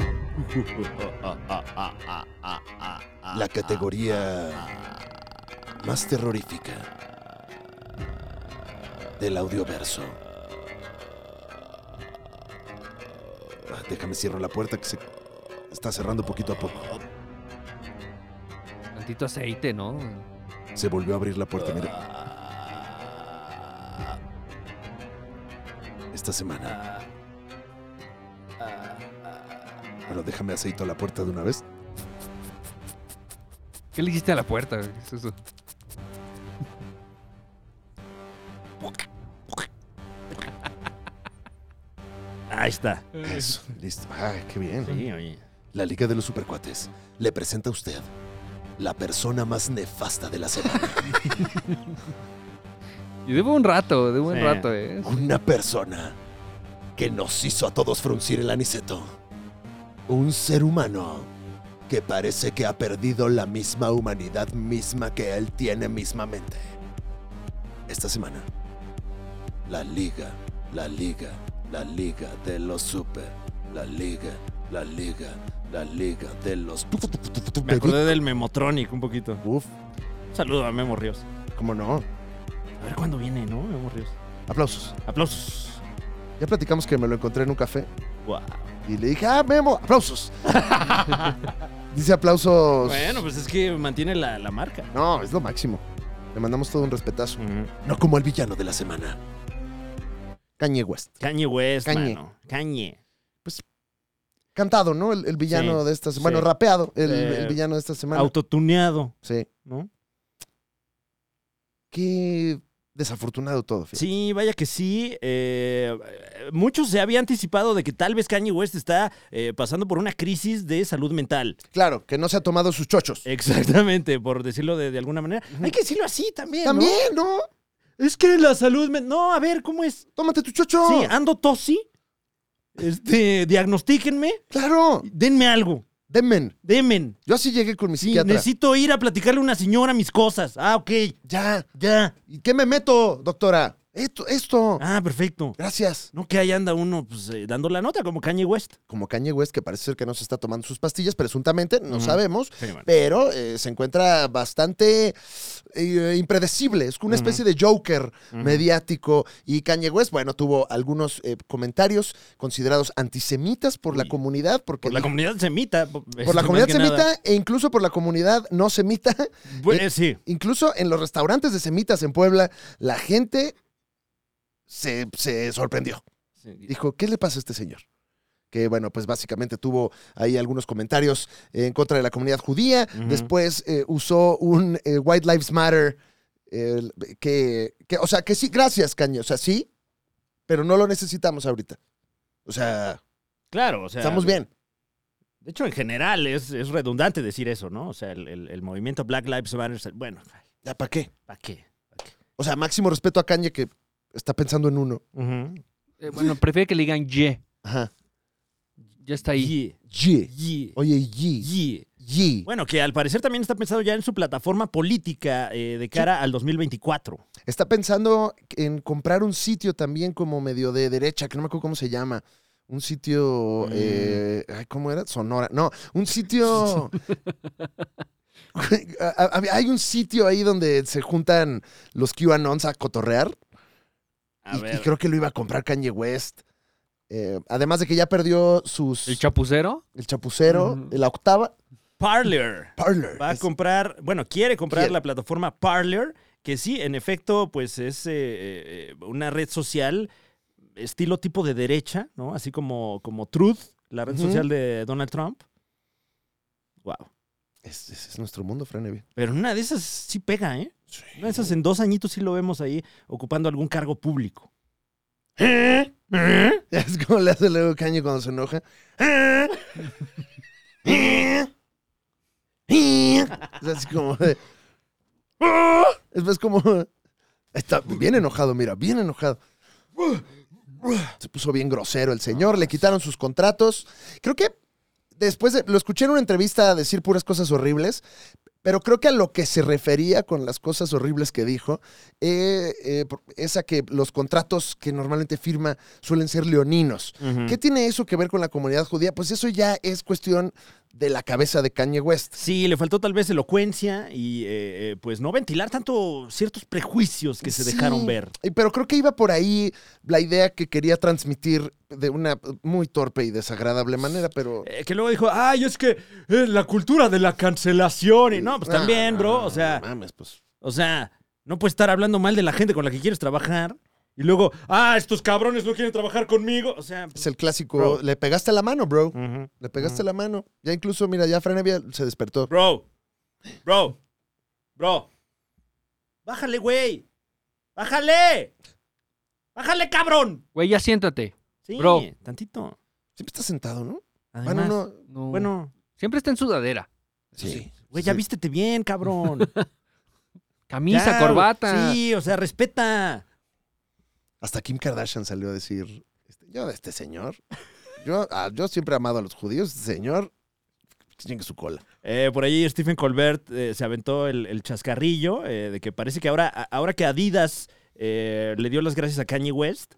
[SPEAKER 6] La categoría más terrorífica del audioverso. Ah, Déjame cierro la puerta que se está cerrando poquito a poco.
[SPEAKER 4] Tantito aceite, ¿no?
[SPEAKER 6] Se volvió a abrir la puerta, mira. Esta semana. Bueno, déjame aceito la puerta de una vez.
[SPEAKER 4] ¿Qué le hiciste a la puerta? güey? ¿Qué es eso?
[SPEAKER 2] Ahí está.
[SPEAKER 6] Eso, listo. Ay, qué bien.
[SPEAKER 2] Sí, oye.
[SPEAKER 6] La Liga de los Supercuates le presenta a usted la persona más nefasta de la semana.
[SPEAKER 4] Y debo un rato, debo un
[SPEAKER 2] Sí.
[SPEAKER 4] rato, ¿eh?
[SPEAKER 6] Una persona que nos hizo a todos fruncir el aniceto. Un ser humano que parece que ha perdido la misma humanidad misma que él tiene mismamente. Esta semana, la liga, la liga, la liga de los super, la liga, la liga, la liga de los...
[SPEAKER 2] Me acordé del Memotronic un poquito.
[SPEAKER 3] Uf,
[SPEAKER 2] Saludo a Memo Ríos.
[SPEAKER 3] cómo no.
[SPEAKER 2] A ver cuándo viene, ¿no? Memo Ríos.
[SPEAKER 3] Aplausos.
[SPEAKER 2] Aplausos.
[SPEAKER 3] Ya platicamos que me lo encontré en un café
[SPEAKER 2] Guau.
[SPEAKER 3] y le dije, ah, Memo, aplausos. Dice aplausos.
[SPEAKER 2] Bueno, pues es que mantiene la, la marca.
[SPEAKER 3] No, es lo máximo. Le mandamos todo un respetazo.
[SPEAKER 6] No como el villano de la semana.
[SPEAKER 3] Kanye West.
[SPEAKER 2] Kanye West,
[SPEAKER 3] Kanye.
[SPEAKER 2] mano. Kanye.
[SPEAKER 3] Cantado, ¿no? El, el villano
[SPEAKER 2] Sí,
[SPEAKER 3] de esta semana.
[SPEAKER 2] sí.
[SPEAKER 3] Bueno, rapeado, el,
[SPEAKER 2] Eh,
[SPEAKER 3] el villano de esta semana.
[SPEAKER 2] Autotuneado,
[SPEAKER 3] sí.
[SPEAKER 2] ¿no?
[SPEAKER 3] Qué Desafortunado todo, fíjate.
[SPEAKER 2] Sí, vaya que sí. eh, muchos se habían anticipado de que tal vez Kanye West está eh, pasando por una crisis de salud mental.
[SPEAKER 3] Claro, que no se ha tomado sus chochos.
[SPEAKER 2] Eh, Exactamente, por decirlo de, de alguna manera. Hay que decirlo así también. ¿no?
[SPEAKER 3] También, ¿no?
[SPEAKER 2] Es que la salud mental. No, a ver, ¿cómo es?
[SPEAKER 3] Tómate tu chocho.
[SPEAKER 2] Sí, ah. ando tosi. Este, diagnostíquenme.
[SPEAKER 3] Claro.
[SPEAKER 2] Denme algo.
[SPEAKER 3] Demen.
[SPEAKER 2] Demen.
[SPEAKER 3] Yo así llegué con mi
[SPEAKER 2] Sí,
[SPEAKER 3] psiquiatra.
[SPEAKER 2] necesito ir a platicarle a una señora mis cosas. Ah, ok.
[SPEAKER 3] Ya.
[SPEAKER 2] Ya.
[SPEAKER 3] ¿Y qué me meto, doctora? Esto, esto.
[SPEAKER 2] Ah, perfecto.
[SPEAKER 3] Gracias.
[SPEAKER 2] No, que ahí anda uno pues, eh, dando la nota como Kanye West.
[SPEAKER 3] Como Kanye West, que parece ser que no se está tomando sus pastillas, presuntamente, no
[SPEAKER 2] Ujú.
[SPEAKER 3] sabemos,
[SPEAKER 2] Sí, bueno.
[SPEAKER 3] pero eh, se encuentra bastante eh, impredecible. Es una especie de Joker mediático. Y Kanye West, bueno, tuvo algunos eh, comentarios considerados antisemitas por la
[SPEAKER 2] Y-
[SPEAKER 3] comunidad, porque
[SPEAKER 2] Por la
[SPEAKER 3] dijo-
[SPEAKER 2] comunidad semita.
[SPEAKER 3] por la comunidad semita eh, e incluso por la comunidad no semita.
[SPEAKER 2] Bueno, sí.
[SPEAKER 3] Incluso en los restaurantes de semitas en Puebla, la gente se, se sorprendió. Dijo, ¿qué le pasa a este señor? Que bueno, pues básicamente tuvo ahí algunos comentarios eh, en contra de la comunidad judía.
[SPEAKER 2] Ujú.
[SPEAKER 3] Después eh, usó un eh, White Lives Matter. eh, que, que- o sea, que sí, gracias, Caño. O sea, sí, pero no lo necesitamos ahorita. O sea,
[SPEAKER 2] Claro, o sea.
[SPEAKER 3] estamos bien.
[SPEAKER 2] De hecho, en general es, es redundante decir eso, ¿no? O sea, el, el- el movimiento Black Lives Matter. Bueno,
[SPEAKER 3] ¿Ya para qué?
[SPEAKER 2] ¿para qué?
[SPEAKER 3] O sea, máximo respeto a Kanye que está pensando en uno.
[SPEAKER 2] Ujú.
[SPEAKER 4] Eh, bueno, prefiero que le digan ye.
[SPEAKER 3] Ajá.
[SPEAKER 4] Ya está ahí.
[SPEAKER 3] Ye.
[SPEAKER 2] Ye,
[SPEAKER 3] Oye, ye.
[SPEAKER 2] ye, ye.
[SPEAKER 3] Ye.
[SPEAKER 2] Bueno, que al parecer también está pensado ya en su plataforma política eh, de cara al 2024.
[SPEAKER 3] Está pensando en comprar un sitio también como medio de derecha, que no me acuerdo cómo se llama. Un sitio.
[SPEAKER 2] Mm.
[SPEAKER 3] eh, ay, ¿Cómo era? Sonora. No, un sitio. A- a- Hay un sitio ahí donde se juntan los QAnons a cotorrear.
[SPEAKER 2] A
[SPEAKER 3] y, y
[SPEAKER 2] ver.
[SPEAKER 3] creo que lo iba a comprar Kanye West. Eh, además de que ya perdió sus.
[SPEAKER 4] ¿El
[SPEAKER 3] El,
[SPEAKER 4] chapucero?
[SPEAKER 3] chapucero,
[SPEAKER 4] Ujú.
[SPEAKER 3] la octava.
[SPEAKER 2] Parler.
[SPEAKER 3] Parler.
[SPEAKER 2] Va a
[SPEAKER 3] Es-
[SPEAKER 2] comprar, bueno, quiere comprar
[SPEAKER 3] Quiere.
[SPEAKER 2] la plataforma Parler, que sí, en efecto, pues es eh, eh, una red social estilo tipo de derecha, ¿no? Así como, como Truth, la red
[SPEAKER 3] Ujú.
[SPEAKER 2] social de Donald Trump. Wow.
[SPEAKER 3] es, es- es nuestro mundo, Frenevi.
[SPEAKER 2] Pero una de esas sí pega, ¿eh? Una de esas en dos añitos sí lo vemos ahí ocupando algún cargo público.
[SPEAKER 3] Es como le hace luego Kanye cuando se enoja. ¿Eh? Es así como de- "Ah". Es es como... Está bien enojado, mira, bien enojado. Se puso bien grosero el señor, le quitaron sus contratos. Creo que después de- lo escuché en una entrevista decir puras cosas horribles, pero creo que a lo que se refería con las cosas horribles que dijo eh, eh, por- es a que los contratos que normalmente firma suelen ser leoninos. ¿Qué tiene eso que ver con la comunidad judía? Pues eso ya es cuestión de la cabeza de Kanye West.
[SPEAKER 2] Sí, le faltó tal vez elocuencia y eh, eh, pues no ventilar tanto ciertos prejuicios que se
[SPEAKER 3] Sí.
[SPEAKER 2] dejaron ver.
[SPEAKER 3] Y- Pero creo que iba por ahí la idea que quería transmitir de una muy torpe y desagradable manera, pero...
[SPEAKER 2] Eh, que luego dijo, ay, es que es la cultura de la cancelación. Y no, pues
[SPEAKER 3] No,
[SPEAKER 2] también,
[SPEAKER 3] no,
[SPEAKER 2] bro.
[SPEAKER 3] no,
[SPEAKER 2] O sea,
[SPEAKER 3] no mames, pues.
[SPEAKER 2] o sea, no puedes estar hablando mal de la gente con la que quieres trabajar. Y luego, ah, estos cabrones no quieren trabajar conmigo. O sea,
[SPEAKER 3] Es el clásico,
[SPEAKER 2] Bro. Mm.
[SPEAKER 3] le pegaste la mano, bro.
[SPEAKER 2] ujú,
[SPEAKER 3] Le pegaste la mano. Ya incluso, mira, ya Franevia se despertó.
[SPEAKER 2] bro, bro, bro. Bájale, güey. Bájale. Bájale, cabrón.
[SPEAKER 4] Güey, ya siéntate.
[SPEAKER 2] Sí,
[SPEAKER 4] Bro.
[SPEAKER 2] tantito.
[SPEAKER 3] Siempre está sentado, ¿no?
[SPEAKER 2] Además,
[SPEAKER 3] bueno, no.
[SPEAKER 4] No.
[SPEAKER 2] bueno,
[SPEAKER 4] Siempre está en sudadera.
[SPEAKER 3] Sí.
[SPEAKER 2] güey, ya
[SPEAKER 3] Sí.
[SPEAKER 2] vístete bien, cabrón.
[SPEAKER 4] Camisa,
[SPEAKER 2] Ya,
[SPEAKER 4] corbata.
[SPEAKER 2] Sí, o sea, respeta.
[SPEAKER 3] Hasta Kim Kardashian salió a decir, este, yo de este señor, yo, ah, yo siempre he amado a los judíos, este señor, chingue su cola.
[SPEAKER 2] Eh, por ahí Stephen Colbert eh, se aventó el, el chascarrillo eh, de que parece que ahora, a- ahora que Adidas eh, le dio las gracias a Kanye West,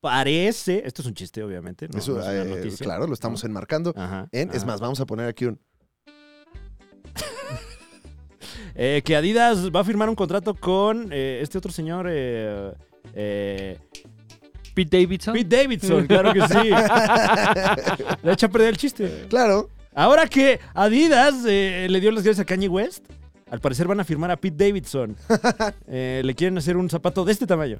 [SPEAKER 2] parece, esto es un chiste obviamente, no,
[SPEAKER 3] Eso,
[SPEAKER 2] no es una
[SPEAKER 3] eh,
[SPEAKER 2] noticia.
[SPEAKER 3] claro, lo estamos enmarcando.
[SPEAKER 2] Ajá,
[SPEAKER 3] en- es
[SPEAKER 2] ajá.
[SPEAKER 3] más, vamos a poner aquí un...
[SPEAKER 2] Eh, que Adidas va a firmar un contrato con eh, este otro señor, eh, eh,
[SPEAKER 4] Pete Davidson.
[SPEAKER 2] Pete Davidson, claro que sí. le echa a perder el chiste.
[SPEAKER 3] Claro,
[SPEAKER 2] Ahora que Adidas eh, le dio las gracias a Kanye West, al parecer van a firmar a Pete Davidson. Eh, le quieren hacer un zapato de este tamaño.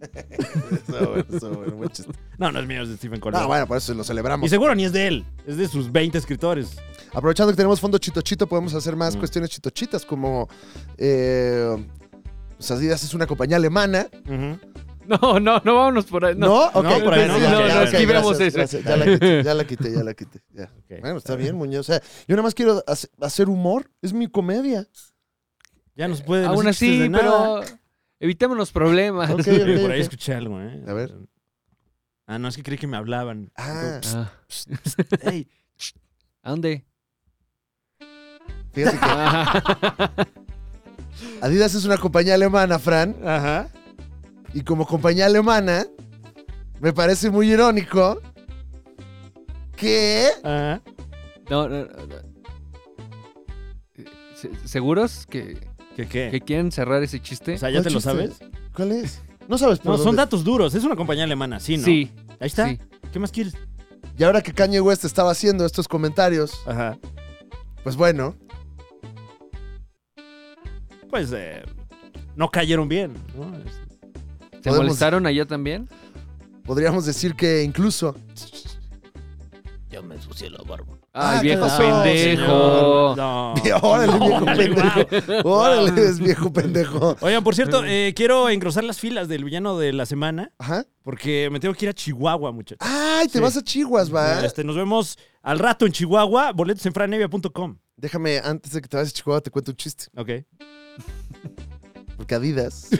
[SPEAKER 3] eso, eso, bueno, buen chiste.
[SPEAKER 2] No, no es mío, es de Stephen Colbert.
[SPEAKER 3] No, bueno, por eso lo
[SPEAKER 2] Y
[SPEAKER 3] celebramos.
[SPEAKER 2] seguro ni es de él, es de sus 20 escritores.
[SPEAKER 3] Aprovechando que tenemos fondo chito chito, podemos hacer más
[SPEAKER 2] Mm.
[SPEAKER 3] cuestiones chito chitas como... eh, Pues Adidas es una compañía alemana.
[SPEAKER 4] No, no, no vámonos por ahí. No.
[SPEAKER 3] No, ok.
[SPEAKER 2] No, por ahí no.
[SPEAKER 3] Ya,
[SPEAKER 2] No,
[SPEAKER 3] ya,
[SPEAKER 2] no,
[SPEAKER 3] ok,
[SPEAKER 4] esquivemos
[SPEAKER 3] gracias, gracias.
[SPEAKER 4] eso.
[SPEAKER 3] Ya la quité, ya la quité, ya la quité. ya.
[SPEAKER 2] Ok.
[SPEAKER 3] Bueno, está bien, Muñoz. O sea, yo nada más quiero hace- hacer humor. Es mi comedia.
[SPEAKER 2] Ya nos pueden
[SPEAKER 4] Aún así, pero evitemos los problemas.
[SPEAKER 3] Ok,
[SPEAKER 2] Por
[SPEAKER 3] ok,
[SPEAKER 2] ahí
[SPEAKER 3] ok.
[SPEAKER 2] escuché algo, ¿eh?
[SPEAKER 3] A ver.
[SPEAKER 2] Ah, no, es que creí que me hablaban.
[SPEAKER 3] Ah,
[SPEAKER 4] Ah,
[SPEAKER 2] Ey,
[SPEAKER 4] ¿A dónde?
[SPEAKER 3] fíjate que
[SPEAKER 4] Ah,
[SPEAKER 3] Adidas es una compañía alemana, Fran.
[SPEAKER 2] Ajá.
[SPEAKER 3] Y como compañía alemana, me parece muy irónico que
[SPEAKER 2] Ajá.
[SPEAKER 4] no, no, no, no. Se- ¿Seguros que,
[SPEAKER 2] ¿Qué qué?
[SPEAKER 4] que quieren cerrar ese chiste?
[SPEAKER 2] O sea, ¿ya
[SPEAKER 3] ¿Cuál
[SPEAKER 2] te lo
[SPEAKER 3] chiste?
[SPEAKER 2] sabes?
[SPEAKER 3] ¿Cuál es? No sabes por
[SPEAKER 2] No, son
[SPEAKER 3] dónde.
[SPEAKER 2] datos duros. Es una compañía alemana, sí, ¿no?
[SPEAKER 4] sí,
[SPEAKER 2] Ahí está.
[SPEAKER 4] sí.
[SPEAKER 2] ¿Qué más quieres?
[SPEAKER 3] Y ahora que Kanye West estaba haciendo estos comentarios,
[SPEAKER 2] Ajá.
[SPEAKER 3] pues bueno,
[SPEAKER 2] Pues, eh, no cayeron bien, ¿no? Es-
[SPEAKER 4] ¿Se
[SPEAKER 3] Podemos-
[SPEAKER 4] molestaron allá también?
[SPEAKER 3] podríamos decir que incluso.
[SPEAKER 5] Ya me ensucié la barba.
[SPEAKER 4] Ay,
[SPEAKER 3] Ah,
[SPEAKER 4] viejo
[SPEAKER 3] claro,
[SPEAKER 4] pendejo.
[SPEAKER 2] señor. No.
[SPEAKER 3] Órale, viejo pendejo.
[SPEAKER 2] Wow.
[SPEAKER 3] Órale, es viejo pendejo.
[SPEAKER 2] Oigan, por cierto, eh, quiero engrosar las filas del villano de la semana
[SPEAKER 3] Ajá.
[SPEAKER 2] porque me tengo que ir a Chihuahua, muchachos.
[SPEAKER 3] Ay, te
[SPEAKER 2] Sí.
[SPEAKER 3] vas a Chihuahua. Ah, va.
[SPEAKER 2] Este, nos vemos al rato en Chihuahua, boletos en franevia.com.
[SPEAKER 3] Déjame, antes de que te vayas a Chihuahua, te cuento un chiste.
[SPEAKER 2] Ok. Eh,
[SPEAKER 3] Porque Adidas.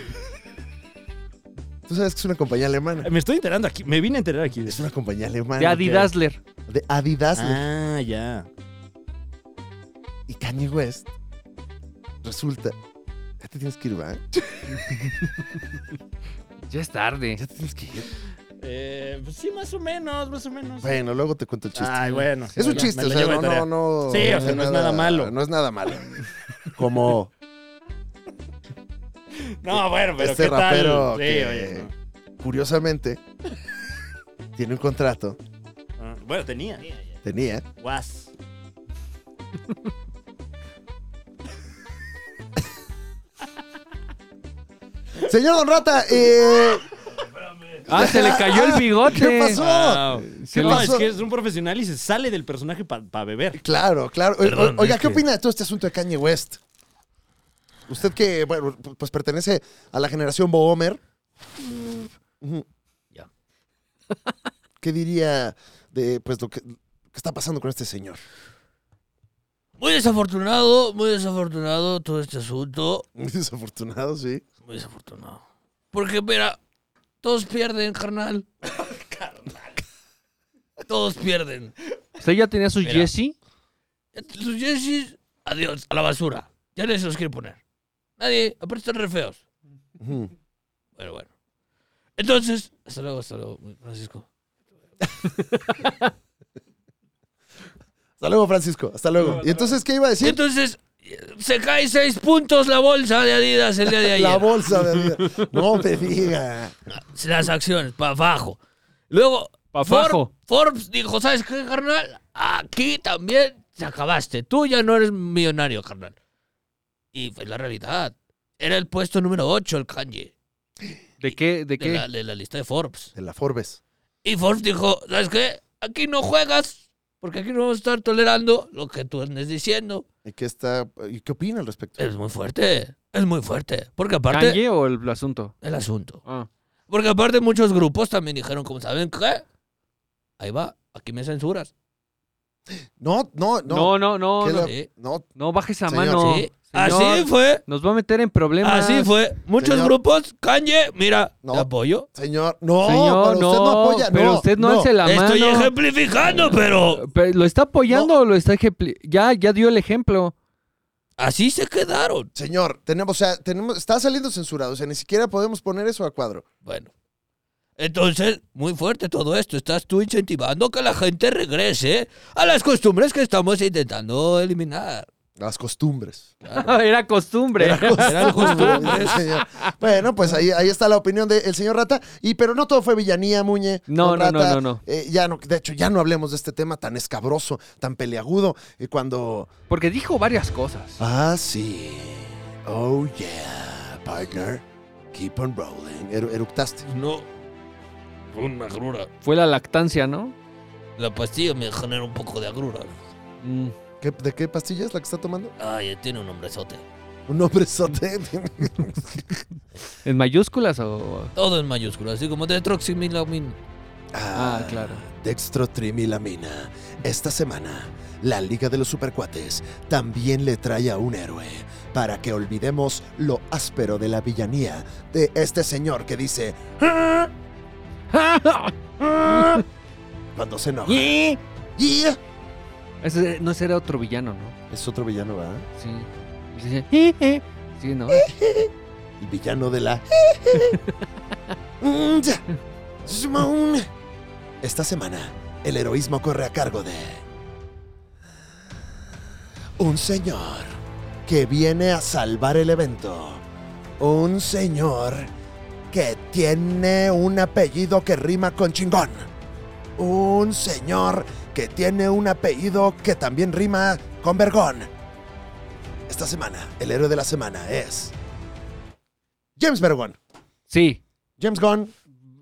[SPEAKER 3] Tú sabes que es una compañía alemana.
[SPEAKER 2] Me estoy enterando aquí, me vine a enterar aquí. de
[SPEAKER 3] Es
[SPEAKER 2] esto.
[SPEAKER 3] una compañía alemana.
[SPEAKER 4] De Adidasler.
[SPEAKER 3] De Adidas.
[SPEAKER 2] Ah, ya.
[SPEAKER 3] Y Kanye West. Resulta. Ya te tienes que ir, ¿va?
[SPEAKER 4] Ya es tarde.
[SPEAKER 3] Ya te tienes que ir.
[SPEAKER 2] Eh, pues sí, más o menos, más o menos.
[SPEAKER 3] Bueno, luego te cuento el chiste.
[SPEAKER 2] Ay, bueno.
[SPEAKER 3] es un
[SPEAKER 2] Ah, Ya,
[SPEAKER 3] chiste,
[SPEAKER 2] me
[SPEAKER 3] o
[SPEAKER 2] la
[SPEAKER 3] sea,
[SPEAKER 2] llevo de
[SPEAKER 3] no,
[SPEAKER 2] tarea.
[SPEAKER 3] no, no.
[SPEAKER 2] Sí, o sea, no es nada malo.
[SPEAKER 3] No es nada malo. Como
[SPEAKER 2] No, bueno, pero
[SPEAKER 3] este
[SPEAKER 2] ¿qué tal?
[SPEAKER 3] rapero
[SPEAKER 2] Sí,
[SPEAKER 3] que-
[SPEAKER 2] oye, no.
[SPEAKER 3] curiosamente, tiene un contrato,
[SPEAKER 2] Ah, Bueno, tenía.
[SPEAKER 3] tenía,
[SPEAKER 2] Guas.
[SPEAKER 3] Señor Don Rata, eh,
[SPEAKER 4] Ah, se le cayó el bigote.
[SPEAKER 3] ¿Qué pasó?
[SPEAKER 4] Wow. Se le-
[SPEAKER 2] No, es
[SPEAKER 3] pasó?
[SPEAKER 2] que es un profesional y se sale del personaje para beber.
[SPEAKER 3] claro, claro. O-
[SPEAKER 5] Perdón,
[SPEAKER 3] Oiga,
[SPEAKER 5] es
[SPEAKER 3] ¿qué
[SPEAKER 5] que-
[SPEAKER 3] opina de todo este asunto de Kanye West? Usted que, bueno, pues pertenece a la generación Bohomer. Ujú.
[SPEAKER 5] Ya.
[SPEAKER 3] ¿Qué diría de, pues, lo que, que está pasando con este señor?
[SPEAKER 5] Muy desafortunado, muy desafortunado todo este asunto.
[SPEAKER 3] Muy desafortunado, sí.
[SPEAKER 5] Muy desafortunado. Porque, mira, todos pierden, carnal. carnal. Todos pierden.
[SPEAKER 4] ¿Usted ya tenía su
[SPEAKER 5] Mira.
[SPEAKER 4] Jesse?
[SPEAKER 5] Los jerseys, adiós, a la basura. Ya nadie se los quiere poner. Nadie, aparte están re feos.
[SPEAKER 3] Ujú.
[SPEAKER 5] Bueno, bueno. Entonces, hasta luego, hasta luego, Francisco.
[SPEAKER 3] Hasta luego, Francisco. Hasta luego. ¿Y entonces qué iba a
[SPEAKER 5] Y
[SPEAKER 3] decir?
[SPEAKER 5] entonces, se cae seis puntos la bolsa de Adidas el día de
[SPEAKER 3] La
[SPEAKER 5] ayer.
[SPEAKER 3] bolsa de Adidas. No me diga.
[SPEAKER 5] Las acciones, para abajo. Luego,
[SPEAKER 4] Pa'
[SPEAKER 5] Forb-
[SPEAKER 4] abajo.
[SPEAKER 5] Forbes dijo, ¿sabes qué, carnal? Aquí también te acabaste. Tú ya no eres millonario, carnal. Y fue la realidad. Era el puesto número 8 el Kanye
[SPEAKER 4] ¿De qué? ¿De
[SPEAKER 5] de
[SPEAKER 4] qué?
[SPEAKER 5] la, de la lista de Forbes.
[SPEAKER 3] De la Forbes.
[SPEAKER 5] Y Forbes dijo, ¿sabes qué? Aquí no juegas, porque aquí no vamos a estar tolerando lo que tú andes diciendo.
[SPEAKER 3] ¿Y qué, está, ¿y qué opina al respecto?
[SPEAKER 5] Es muy fuerte, es muy fuerte. Porque aparte,
[SPEAKER 4] ¿Kanye o el asunto?
[SPEAKER 5] el asunto.
[SPEAKER 4] Ah.
[SPEAKER 5] Porque aparte muchos grupos también dijeron, como saben qué, ahí va, aquí me censuras.
[SPEAKER 3] No, no, no.
[SPEAKER 4] No, no, no.
[SPEAKER 3] ¿Qué
[SPEAKER 4] No,
[SPEAKER 3] la-
[SPEAKER 5] sí.
[SPEAKER 3] no,
[SPEAKER 4] no baje esa
[SPEAKER 3] Señor.
[SPEAKER 4] mano.
[SPEAKER 5] Sí.
[SPEAKER 4] Señor,
[SPEAKER 5] Así fue,
[SPEAKER 4] Nos va a meter en problemas.
[SPEAKER 5] así fue. Muchos
[SPEAKER 3] Señor.
[SPEAKER 5] grupos, Kanye, mira,
[SPEAKER 3] No.
[SPEAKER 5] te apoyo.
[SPEAKER 3] señor. No,
[SPEAKER 4] Señor,
[SPEAKER 3] pero
[SPEAKER 4] no,
[SPEAKER 3] usted no apoya.
[SPEAKER 4] pero usted no, alce la
[SPEAKER 5] Estoy
[SPEAKER 4] mano.
[SPEAKER 5] ejemplificando, pero
[SPEAKER 4] Pero, ¿Lo está apoyando o lo está ejempli- Ya, ya dio el ejemplo.
[SPEAKER 5] así se quedaron.
[SPEAKER 3] Señor, tenemos, o sea, tenemos, está saliendo censurado. O sea, ni siquiera podemos poner eso a cuadro.
[SPEAKER 5] Bueno. Entonces, muy fuerte todo esto. Estás tú incentivando que la gente regrese a las costumbres que estamos intentando eliminar.
[SPEAKER 3] Las costumbres.
[SPEAKER 4] Ah, Era costumbre.
[SPEAKER 5] Eran costumbres.
[SPEAKER 3] Señor. Bueno, pues ahí, ahí está la opinión del señor Rata. Y pero no todo fue villanía, Muñe.
[SPEAKER 4] No,
[SPEAKER 3] Don
[SPEAKER 4] no, no,
[SPEAKER 3] Rata.
[SPEAKER 4] no, no.
[SPEAKER 3] Eh, ya no. De hecho, ya no hablemos de este tema tan escabroso, tan peleagudo. Y cuando
[SPEAKER 4] Porque dijo varias cosas.
[SPEAKER 6] Ah, sí. Oh, yeah, partner. Keep on rolling.
[SPEAKER 3] eru- eructaste.
[SPEAKER 5] No. Una agrura.
[SPEAKER 4] Fue la lactancia, ¿no?
[SPEAKER 5] La pastilla me genera un poco de agrura.
[SPEAKER 4] Mm.
[SPEAKER 3] ¿Qué- ¿De qué pastilla es la que está tomando?
[SPEAKER 5] Ay, tiene un hombrezote.
[SPEAKER 3] Un hombrezote.
[SPEAKER 4] ¿En mayúsculas o.?
[SPEAKER 5] Todo en mayúsculas, así como detroximilamin.
[SPEAKER 4] Ah, claro.
[SPEAKER 3] Dextrotrimilamina. Esta semana, la Liga de los Supercuates también le trae a un héroe para que olvidemos lo áspero de la villanía de este señor que dice cuando se enoja. "Yeah".
[SPEAKER 4] Ese no será otro villano, ¿no?
[SPEAKER 3] Es otro villano, ¿verdad?
[SPEAKER 4] Sí. Y se dice, "Eh, eh". Sí, ¿no?
[SPEAKER 3] El villano de la. Esta semana, el heroísmo corre a cargo de. Un señor que viene a salvar el evento. Un señor que tiene un apellido que rima con chingón. Un señor que tiene un apellido que también rima con vergón. Esta semana, el héroe de la semana es. James Vergón.
[SPEAKER 4] Sí,
[SPEAKER 3] James Gunn.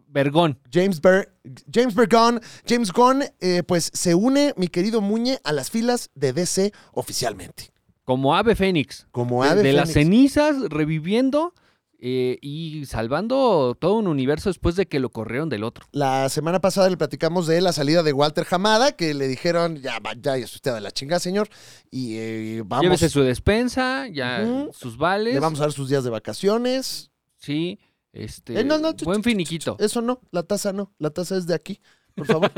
[SPEAKER 4] Vergón.
[SPEAKER 3] James Ber James Bergon. James Gunn, eh, pues se une, mi querido Muñe, a las filas de DC oficialmente.
[SPEAKER 4] Como ave fénix.
[SPEAKER 3] Como
[SPEAKER 4] de
[SPEAKER 3] ave
[SPEAKER 4] las
[SPEAKER 3] fénix.
[SPEAKER 4] cenizas, reviviendo eh, y salvando todo un universo después de que lo corrieron del otro.
[SPEAKER 3] La semana pasada le platicamos de la salida de Walter Hamada, que le dijeron, ya, va- ya, es usted a la chingada, señor, y eh, vamos,
[SPEAKER 4] Llévese su despensa, ya
[SPEAKER 3] Ujú.
[SPEAKER 4] sus vales.
[SPEAKER 3] le vamos a dar sus días de vacaciones.
[SPEAKER 4] Sí, este.
[SPEAKER 3] Eh, no, no, ch-
[SPEAKER 4] buen
[SPEAKER 3] ch- ch-
[SPEAKER 4] finiquito.
[SPEAKER 3] Eso no, la taza no, la taza es de aquí, por favor.